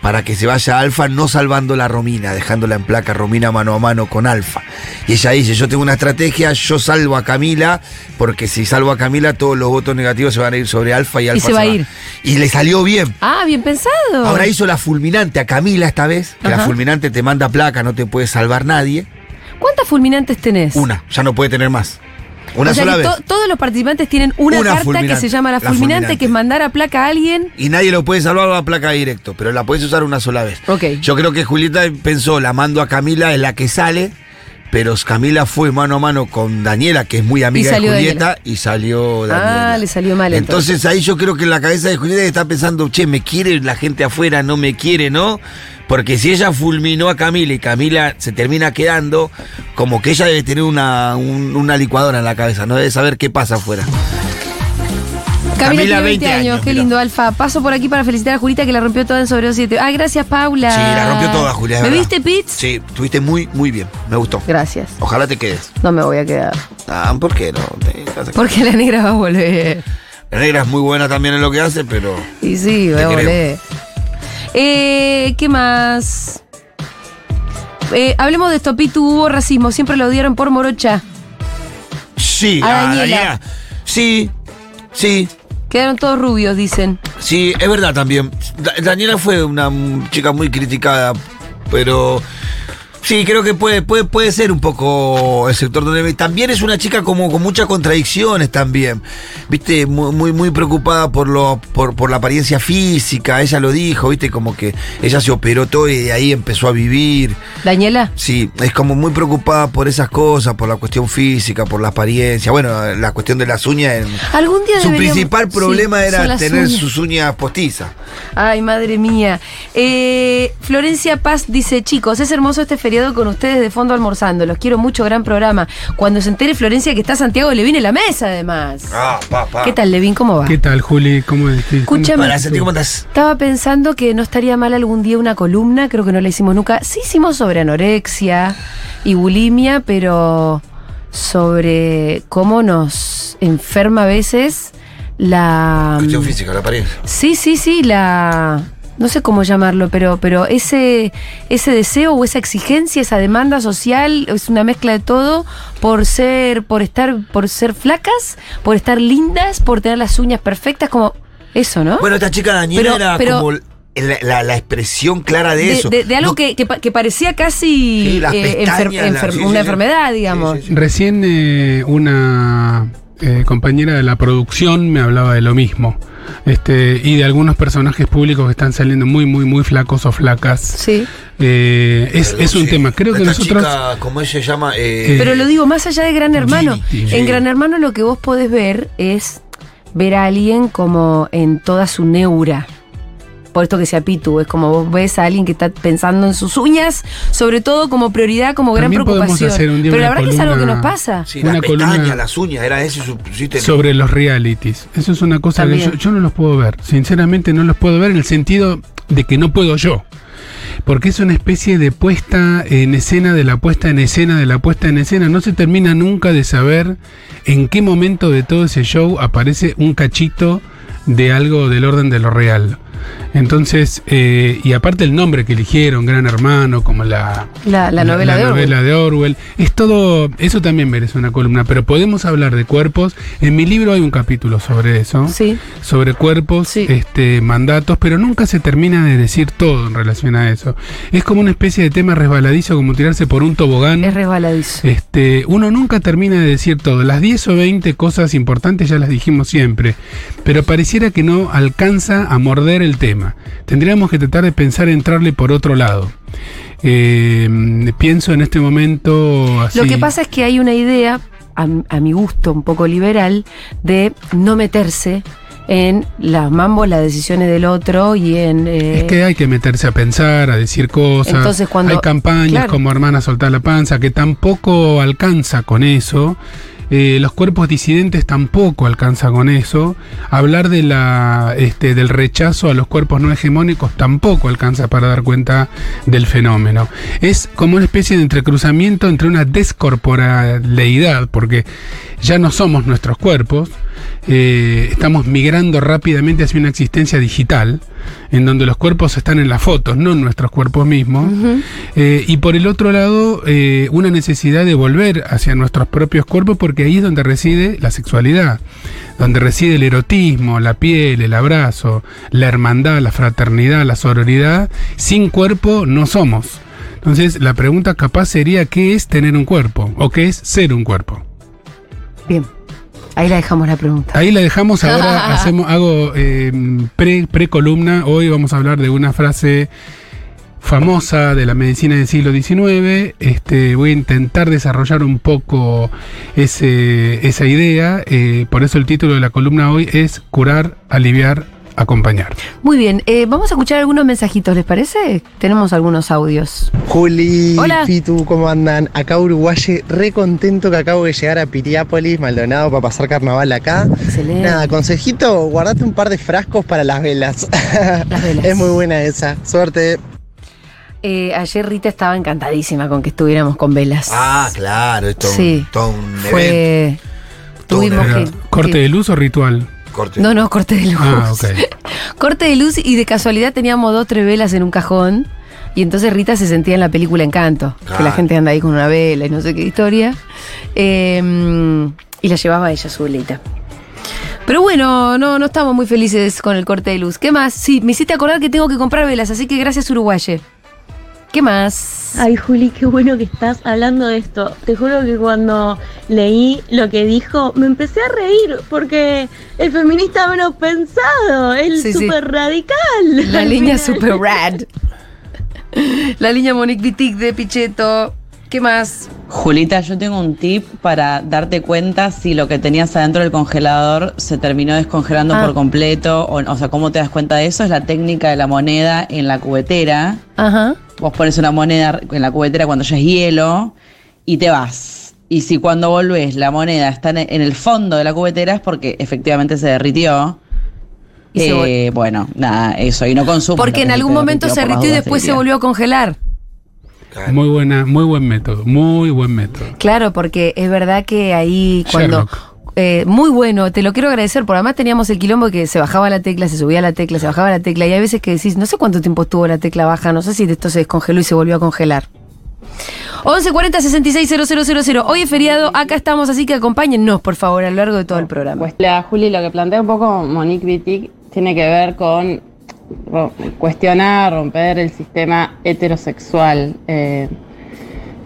[SPEAKER 2] para que se vaya Alfa, no salvando la Romina, dejándola en placa Romina mano a mano con Alfa. Y ella dice, yo tengo una estrategia, yo salvo a Camila, porque si salvo a Camila todos los votos negativos se van a ir sobre Alfa y Alfa
[SPEAKER 1] se va a ir.
[SPEAKER 2] Y le salió bien.
[SPEAKER 1] Ah, bien pensado.
[SPEAKER 2] Ahora hizo la fulminante a Camila esta vez, que la
[SPEAKER 1] Ajá.
[SPEAKER 2] fulminante te manda placa, no te puede salvar nadie.
[SPEAKER 1] ¿Cuántas fulminantes tenés?
[SPEAKER 2] Una, ya no puede tener más. Una
[SPEAKER 1] O sea
[SPEAKER 2] sola
[SPEAKER 1] que
[SPEAKER 2] vez.
[SPEAKER 1] to- todos los participantes tienen una,
[SPEAKER 2] Una
[SPEAKER 1] carta que
[SPEAKER 2] fulminante.
[SPEAKER 1] se llama la
[SPEAKER 2] La
[SPEAKER 1] fulminante,
[SPEAKER 2] fulminante.
[SPEAKER 1] que es mandar a placa a alguien.
[SPEAKER 2] Y nadie lo puede salvar a la placa directo, pero la puedes usar una sola vez.
[SPEAKER 1] Ok.
[SPEAKER 2] Yo creo que Julieta pensó, la mando a Camila, es la que sale, pero Camila fue mano a mano con Daniela, que es muy amiga de
[SPEAKER 1] salió
[SPEAKER 2] Julieta, y salió Daniela.
[SPEAKER 1] Ah, le salió mal
[SPEAKER 2] Entonces.
[SPEAKER 1] entonces.
[SPEAKER 2] ahí yo creo que en la cabeza de Julieta está pensando, che, me quiere la gente afuera, no me quiere, ¿no? Porque si ella fulminó a Camila y Camila se termina quedando, como que ella debe tener una, un- una licuadora en la cabeza, no debe saber qué pasa afuera. Camila
[SPEAKER 1] tiene 20
[SPEAKER 2] 20
[SPEAKER 1] años,
[SPEAKER 2] años,
[SPEAKER 1] qué
[SPEAKER 2] mirá.
[SPEAKER 1] lindo, Alfa. Paso por aquí para felicitar a Julita que la rompió toda en sobredosis. de te- Ah, gracias, Paula.
[SPEAKER 2] Sí, la rompió toda, Julia. es
[SPEAKER 1] ¿Me
[SPEAKER 2] verdad.
[SPEAKER 1] viste, Pitts?
[SPEAKER 2] Sí, estuviste muy, muy bien. Me gustó.
[SPEAKER 1] Gracias.
[SPEAKER 2] Ojalá te quedes.
[SPEAKER 1] No me voy a quedar.
[SPEAKER 2] Ah, ¿por qué no? Te- te hace-
[SPEAKER 1] Porque la negra va a volver.
[SPEAKER 2] La negra es muy buena también en lo que hace, pero.
[SPEAKER 1] Y sí, va
[SPEAKER 2] Te
[SPEAKER 1] a
[SPEAKER 2] creo.
[SPEAKER 1] volver. Eh, ¿Qué más? Eh, hablemos de esto, Pitu, hubo racismo, siempre lo odiaron por morocha.
[SPEAKER 2] Sí,
[SPEAKER 1] A
[SPEAKER 2] ah,
[SPEAKER 1] Daniela.
[SPEAKER 2] Sí, sí,
[SPEAKER 1] Quedaron todos rubios, dicen.
[SPEAKER 2] sí, es verdad también. Da- Daniela fue una mm, chica muy criticada, pero. Sí, creo que puede, puede, puede ser un poco el sector donde... También es una chica como con muchas contradicciones también. Viste, muy, muy, muy preocupada por, lo, por, por la apariencia física, ella lo dijo, viste, como que ella se operó todo y de ahí empezó a vivir.
[SPEAKER 1] Daniela,
[SPEAKER 2] Sí, es como muy preocupada por esas cosas, por la cuestión física, por la apariencia. Bueno, la cuestión de las uñas. en-
[SPEAKER 1] algún día
[SPEAKER 2] Su
[SPEAKER 1] deberíamos-
[SPEAKER 2] principal
[SPEAKER 1] Sí,
[SPEAKER 2] problema
[SPEAKER 1] son
[SPEAKER 2] era
[SPEAKER 1] las
[SPEAKER 2] tener
[SPEAKER 1] uñas.
[SPEAKER 2] sus uñas postizas.
[SPEAKER 1] Ay, madre mía. Eh, Florencia Paz dice, chicos, es hermoso este feriado con ustedes de fondo almorzando. Los quiero mucho, gran programa. Cuando se entere Florencia que está Santiago, le viene la mesa además.
[SPEAKER 2] Ah, pa, pa.
[SPEAKER 1] ¿Qué tal, Levin? ¿Cómo va?
[SPEAKER 3] ¿Qué tal, Juli? ¿Cómo estás?
[SPEAKER 1] Escúchame.
[SPEAKER 2] Hola, Santi, ¿cómo estás?
[SPEAKER 1] Estaba pensando que no estaría mal algún día una columna, creo que no la hicimos nunca. Sí hicimos sobre anorexia y bulimia, pero sobre cómo nos enferma a veces la...
[SPEAKER 2] Cuestión física, la apariencia.
[SPEAKER 1] Sí, sí, sí, la. No sé cómo llamarlo, pero, pero ese, ese deseo o esa exigencia, esa demanda social, es una mezcla de todo por ser, por estar, por ser flacas, por estar lindas, por tener las uñas perfectas, como eso, ¿no?
[SPEAKER 2] Bueno, esta chica Daniela
[SPEAKER 1] Pero-
[SPEAKER 2] era
[SPEAKER 1] pero-
[SPEAKER 2] como la, la- la expresión clara de, eso.
[SPEAKER 1] de- de algo
[SPEAKER 2] No,
[SPEAKER 1] que, que pa- que parecía casi
[SPEAKER 2] Sí, las
[SPEAKER 1] eh, enfer-
[SPEAKER 2] pestañas, la-
[SPEAKER 1] enfer-
[SPEAKER 2] sí, sí,
[SPEAKER 1] una
[SPEAKER 2] sí.
[SPEAKER 1] enfermedad, digamos.
[SPEAKER 2] Sí, sí, sí.
[SPEAKER 3] Recién eh, una eh, compañera de la producción me hablaba de lo mismo. Este, y de algunos personajes públicos que están saliendo muy, muy, muy flacos o flacas.
[SPEAKER 1] Sí.
[SPEAKER 3] Eh, es,
[SPEAKER 2] Perdón,
[SPEAKER 3] es un
[SPEAKER 2] sí.
[SPEAKER 3] tema. Creo que
[SPEAKER 2] Esta
[SPEAKER 3] nosotros.
[SPEAKER 2] Chica, ¿Cómo se llama? Eh,
[SPEAKER 1] Pero lo digo, más allá de Gran Hermano,
[SPEAKER 3] Sí, sí.
[SPEAKER 1] en Gran Hermano lo que vos podés ver es ver a alguien como en toda su neura. Por esto que sea Pitu, es como vos ves a alguien que está pensando en sus uñas, sobre todo como prioridad, como gran
[SPEAKER 3] También podemos
[SPEAKER 1] preocupación.
[SPEAKER 3] hacer un día
[SPEAKER 1] Pero la
[SPEAKER 3] una
[SPEAKER 1] verdad que es algo que
[SPEAKER 3] columna-
[SPEAKER 1] nos pasa.
[SPEAKER 2] sí, las
[SPEAKER 3] una columna-
[SPEAKER 2] pestañas, las uñas, era eso. su- pusiste-
[SPEAKER 3] sobre los realities. Eso es una cosa
[SPEAKER 1] También.
[SPEAKER 3] que yo, yo no los puedo ver. Sinceramente no los puedo ver en el sentido de que no puedo yo. Porque es una especie de puesta en escena de la puesta en escena de la puesta en escena. No se termina nunca de saber en qué momento de todo ese show aparece un cachito de algo del orden de lo real. Entonces, eh, y aparte el nombre que eligieron, Gran Hermano, como la,
[SPEAKER 1] La, la novela de Orwell.
[SPEAKER 3] novela de Orwell. Es todo, eso también merece una columna, pero podemos hablar de cuerpos. En mi libro hay un capítulo sobre eso,
[SPEAKER 1] Sí.
[SPEAKER 3] sobre cuerpos,
[SPEAKER 1] Sí.
[SPEAKER 3] este, mandatos, pero nunca se termina de decir todo en relación a eso. Es como una especie de tema resbaladizo, como tirarse por un tobogán.
[SPEAKER 1] Es resbaladizo.
[SPEAKER 3] Este, uno nunca termina de decir todo. Las 10 o 20 cosas importantes ya las dijimos siempre, pero pareciera que no alcanza a morder el tema. Tendríamos que tratar de pensar en entrarle por otro lado. Eh, pienso en este momento así.
[SPEAKER 1] Lo que pasa es que hay una idea, a, a mi gusto un poco liberal, de no meterse en las mambos, las decisiones del otro y en... eh,
[SPEAKER 3] Es que hay que meterse a pensar, a decir cosas.
[SPEAKER 1] Entonces, cuando-
[SPEAKER 3] hay campañas
[SPEAKER 1] claro.
[SPEAKER 3] como Hermana Soltar la Panza, que tampoco alcanza con eso. Eh, los cuerpos disidentes tampoco alcanza con eso. Hablar de la, este, del rechazo a los cuerpos no hegemónicos tampoco alcanza para dar cuenta del fenómeno. Es como una especie de entrecruzamiento entre una descorporaleidad, porque ya no somos nuestros cuerpos, eh, estamos migrando rápidamente hacia una existencia digital, en donde los cuerpos están en las fotos, no en nuestros cuerpos mismos. Eh, y por el otro lado, eh, una necesidad de volver hacia nuestros propios cuerpos, porque ahí es donde reside la sexualidad, donde reside el erotismo, la piel, el abrazo, la hermandad, la fraternidad, la sororidad. Sin cuerpo no somos. Entonces, la pregunta capaz sería: ¿qué es tener un cuerpo? ¿O qué es ser un cuerpo?
[SPEAKER 1] Bien, ahí la dejamos la pregunta.
[SPEAKER 3] Ahí la dejamos, ahora
[SPEAKER 1] *laughs*
[SPEAKER 3] hacemos, hago eh, pre- pre-columna. Hoy vamos a hablar de una frase famosa de la medicina del siglo XIX. Este, voy a intentar desarrollar un poco ese- esa idea. eh, por eso el título de la columna hoy es Curar, Aliviar, Acompañar.
[SPEAKER 1] Muy bien, eh, vamos a escuchar algunos mensajitos, ¿les parece? Tenemos algunos audios.
[SPEAKER 4] Juli,
[SPEAKER 1] Hola.
[SPEAKER 4] Pitu, ¿cómo andan? Acá Uruguay, re contento que acabo de llegar a Piriápolis, Maldonado, para pasar carnaval acá.
[SPEAKER 1] Excelente.
[SPEAKER 4] Nada, consejito, guardate un par de frascos para las velas. *laughs*
[SPEAKER 1] Las velas.
[SPEAKER 4] es muy buena esa. Suerte.
[SPEAKER 1] Eh, ayer Rita estaba encantadísima con que estuviéramos con velas.
[SPEAKER 2] Ah, claro, esto es
[SPEAKER 1] Sí.
[SPEAKER 2] un, todo un evento.
[SPEAKER 1] Fue.
[SPEAKER 2] Todo un
[SPEAKER 1] Tuvimos que.
[SPEAKER 2] evento.
[SPEAKER 3] ¿Corte
[SPEAKER 1] que-
[SPEAKER 3] de luz o ritual?
[SPEAKER 2] Corte.
[SPEAKER 1] No, no, corte de luz.
[SPEAKER 3] Ah, ok.
[SPEAKER 1] Corte de luz y de casualidad teníamos dos, tres velas en un cajón. Y entonces Rita se sentía en la película Encanto, que la
[SPEAKER 2] Claro.
[SPEAKER 1] gente anda ahí con una vela y no sé qué historia. Eh, y la llevaba ella su velita. Pero bueno, no, no estamos muy felices con el corte de luz. ¿Qué más? Sí, me hiciste acordar que tengo que comprar velas, así que gracias Uruguaye. ¿Qué más?
[SPEAKER 5] Ay, Juli, qué bueno que estás hablando de esto. Te juro que cuando leí lo que dijo, me empecé a reír porque el feminista menos pensado, el
[SPEAKER 1] Sí,
[SPEAKER 5] súper
[SPEAKER 1] sí.
[SPEAKER 5] radical.
[SPEAKER 1] La
[SPEAKER 5] al
[SPEAKER 1] línea
[SPEAKER 5] *laughs* final.
[SPEAKER 1] super rad. La línea Monique Wittig de Pichetto. ¿Qué más?
[SPEAKER 6] Julita, yo tengo un tip para darte cuenta si lo que tenías adentro del congelador se terminó descongelando
[SPEAKER 1] Ah.
[SPEAKER 6] por completo. O, o sea, ¿cómo te das cuenta de eso? Es la técnica de la moneda en la cubetera.
[SPEAKER 1] Ajá.
[SPEAKER 6] Vos pones una moneda en la cubetera cuando ya es hielo y te vas. Y si cuando volvés la moneda está en en el fondo de la cubetera es porque efectivamente se derritió.
[SPEAKER 1] Y se vol-
[SPEAKER 6] Eh, bueno, nada, eso. Y no consumo.
[SPEAKER 1] Porque en algún momento se derritió y después se volvió a congelar.
[SPEAKER 2] Claro.
[SPEAKER 3] Muy, buena, muy buen método, muy buen método.
[SPEAKER 1] Claro, porque es verdad que ahí cuando...
[SPEAKER 3] Sherlock.
[SPEAKER 1] eh, muy bueno, te lo quiero agradecer, porque además teníamos el quilombo que se bajaba la tecla, se subía la tecla, se bajaba la tecla, y hay veces que decís, no sé cuánto tiempo estuvo la tecla baja, no sé si esto se descongeló y se volvió a congelar. 1140 000. hoy es feriado, acá estamos, así que acompáñennos, por favor, a lo largo de todo el programa.
[SPEAKER 7] Pues, La Juli, lo que plantea un poco Monique Wittig tiene que ver con ro- cuestionar, romper el sistema heterosexual. Eh,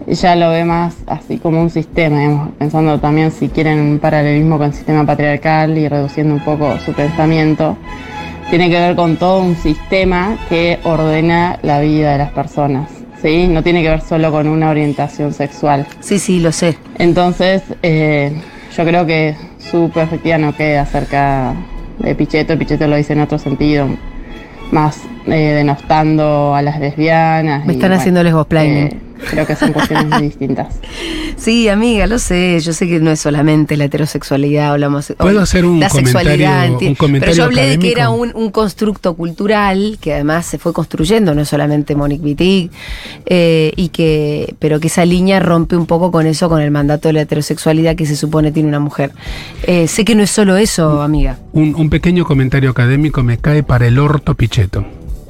[SPEAKER 7] ya lo ve más así como un sistema, digamos, pensando también si quieren un paralelismo con el sistema patriarcal y reduciendo un poco su pensamiento. Tiene que ver con todo un sistema que ordena la vida de las personas, ¿sí? No tiene que ver solo con una orientación sexual.
[SPEAKER 1] Sí, sí, lo sé.
[SPEAKER 7] Entonces, eh, yo creo que su perspectiva no queda acerca de Pichetto. Pichetto lo dice en otro sentido, más eh, denostando a las lesbianas.
[SPEAKER 1] Me
[SPEAKER 7] y,
[SPEAKER 1] están haciendo lesboplaining.
[SPEAKER 7] eh, creo que son cuestiones muy distintas.
[SPEAKER 1] Sí, amiga, lo sé. Yo sé que no es solamente la heterosexualidad, hablamos.
[SPEAKER 3] ¿Puedo hacer un
[SPEAKER 1] la sexualidad,
[SPEAKER 3] comentario-
[SPEAKER 1] enti-
[SPEAKER 3] un
[SPEAKER 1] Pero
[SPEAKER 3] comentario
[SPEAKER 1] yo hablé de que
[SPEAKER 3] académico?
[SPEAKER 1] era un, un constructo cultural que además se fue construyendo, no es solamente Monique Wittig, eh, y que, pero que esa línea rompe un poco con eso, con el mandato de la heterosexualidad que se supone tiene una mujer. Eh, sé que no es solo eso, amiga.
[SPEAKER 3] Un, un pequeño comentario académico me cae para el orto picheto.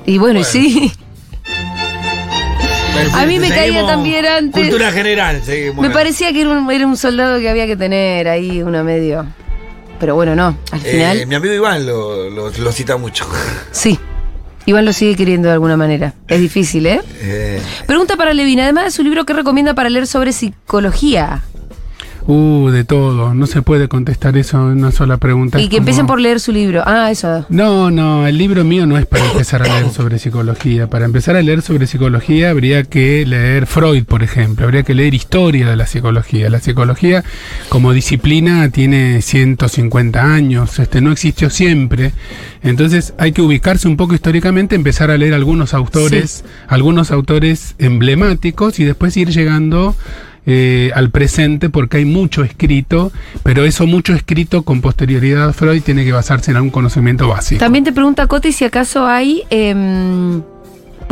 [SPEAKER 1] Y bueno, y sí.
[SPEAKER 2] Perfecto,
[SPEAKER 1] A mí me caía
[SPEAKER 2] seguimos
[SPEAKER 1] también antes.
[SPEAKER 2] Cultura general,
[SPEAKER 1] *laughs*
[SPEAKER 2] seguimos.
[SPEAKER 1] Me parecía que era un, era un soldado que había que tener ahí, una medio. Pero bueno, no. Al
[SPEAKER 2] Eh,
[SPEAKER 1] final.
[SPEAKER 2] mi amigo Iván lo, lo- lo cita mucho. *laughs*
[SPEAKER 1] Sí. Iván lo sigue queriendo de alguna manera. Es difícil, ¿eh?
[SPEAKER 2] Eh,
[SPEAKER 1] Pregunta para Levina. Además de su libro, ¿qué recomienda para leer sobre psicología?
[SPEAKER 3] Uh, de todo. No se puede contestar eso en una sola pregunta.
[SPEAKER 1] Y
[SPEAKER 3] Es
[SPEAKER 1] que empiecen
[SPEAKER 3] como-
[SPEAKER 1] por leer su libro. Ah, eso.
[SPEAKER 3] No, no, el libro mío no es para empezar a leer sobre psicología. Para empezar a leer sobre psicología habría que leer Freud, por ejemplo. Habría que leer historia de la psicología. La psicología como disciplina tiene 150 años, este, no existió siempre. Entonces hay que ubicarse un poco históricamente, empezar a leer algunos autores, algunos autores emblemáticos y después ir llegando eh, al presente porque hay mucho escrito, pero eso mucho escrito con posterioridad a Freud tiene que basarse en algún conocimiento básico.
[SPEAKER 1] También te pregunta Coti si acaso hay em,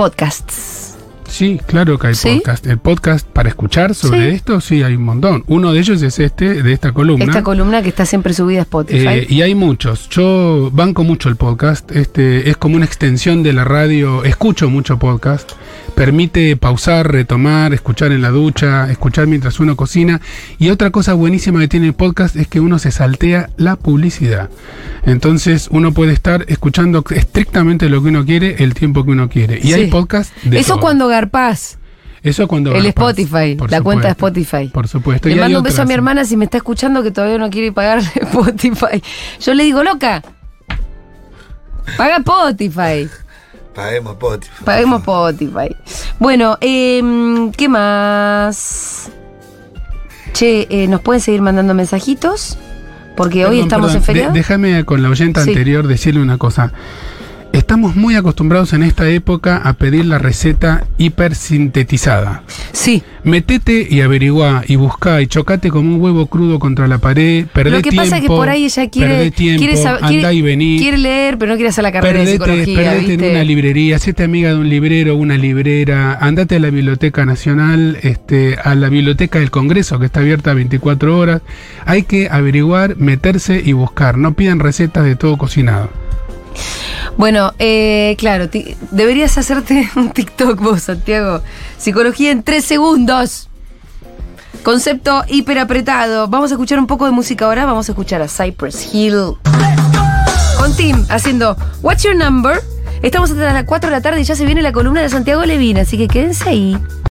[SPEAKER 1] podcasts.
[SPEAKER 3] Sí, claro que hay
[SPEAKER 1] ¿Sí?
[SPEAKER 3] podcast. El podcast para escuchar sobre
[SPEAKER 1] Sí.
[SPEAKER 3] esto, sí, hay un montón. Uno de ellos es este, de esta columna.
[SPEAKER 1] Esta columna que está siempre subida a Spotify.
[SPEAKER 3] Eh, y hay muchos. Yo banco mucho el podcast. Este es como una extensión de la radio. Escucho mucho podcast. Permite pausar, retomar, escuchar en la ducha, escuchar mientras uno cocina. Y otra cosa buenísima que tiene el podcast es que uno se saltea la publicidad. Entonces uno puede estar escuchando estrictamente lo que uno quiere, el tiempo que uno quiere. Y
[SPEAKER 1] Sí.
[SPEAKER 3] hay podcast de
[SPEAKER 1] eso
[SPEAKER 3] todo.
[SPEAKER 1] cuando garpás.
[SPEAKER 3] Eso cuando
[SPEAKER 1] el
[SPEAKER 3] garpas,
[SPEAKER 1] Spotify,
[SPEAKER 3] por
[SPEAKER 1] la cuenta de
[SPEAKER 3] supuesto.
[SPEAKER 1] Spotify.
[SPEAKER 3] Por supuesto.
[SPEAKER 1] Le
[SPEAKER 3] Y hay
[SPEAKER 1] mando un beso a
[SPEAKER 3] otras.
[SPEAKER 1] mi hermana si me está escuchando que todavía no quiere pagar *laughs* Spotify. Yo le digo, loca, paga Spotify.
[SPEAKER 2] Paguemos Spotify.
[SPEAKER 1] Paguemos Spotify. Bueno, em, ¿qué más? Che, eh, ¿nos pueden seguir mandando mensajitos? Porque hoy
[SPEAKER 3] Perdón,
[SPEAKER 1] estamos
[SPEAKER 3] perdón.
[SPEAKER 1] en feriado.
[SPEAKER 3] De- déjame con la oyenta
[SPEAKER 1] Sí.
[SPEAKER 3] anterior decirle una cosa. Estamos muy acostumbrados en esta época a pedir la receta hipersintetizada.
[SPEAKER 1] sí.
[SPEAKER 3] Metete y averigua y busca y chocate como un huevo crudo contra la pared. Perdé
[SPEAKER 1] Lo que
[SPEAKER 3] tiempo,
[SPEAKER 1] pasa es que por ahí ella quiere,
[SPEAKER 3] perdé tiempo,
[SPEAKER 1] quiere, sab- quiere-
[SPEAKER 3] andá y vení.
[SPEAKER 1] quiere leer, pero no quiere hacer la carrera de
[SPEAKER 3] Perdete,
[SPEAKER 1] psicología.
[SPEAKER 3] perdete en
[SPEAKER 1] ¿viste?
[SPEAKER 3] una librería, hacete amiga de un librero, una librera, andate a la Biblioteca Nacional, este, a la Biblioteca del Congreso, que está abierta 24 horas. Hay que averiguar, meterse y buscar. No pidan recetas de todo cocinado.
[SPEAKER 1] Bueno, eh, claro, ti- deberías hacerte *laughs* un TikTok vos, Santiago. Psicología en tres segundos. Concepto hiperapretado. Vamos a escuchar un poco de música ahora. Vamos a escuchar a Cypress Hill. Con Tim haciendo What's Your Number. Estamos hasta las 4 de la tarde y ya se viene la columna de Santiago Levina, así que quédense ahí.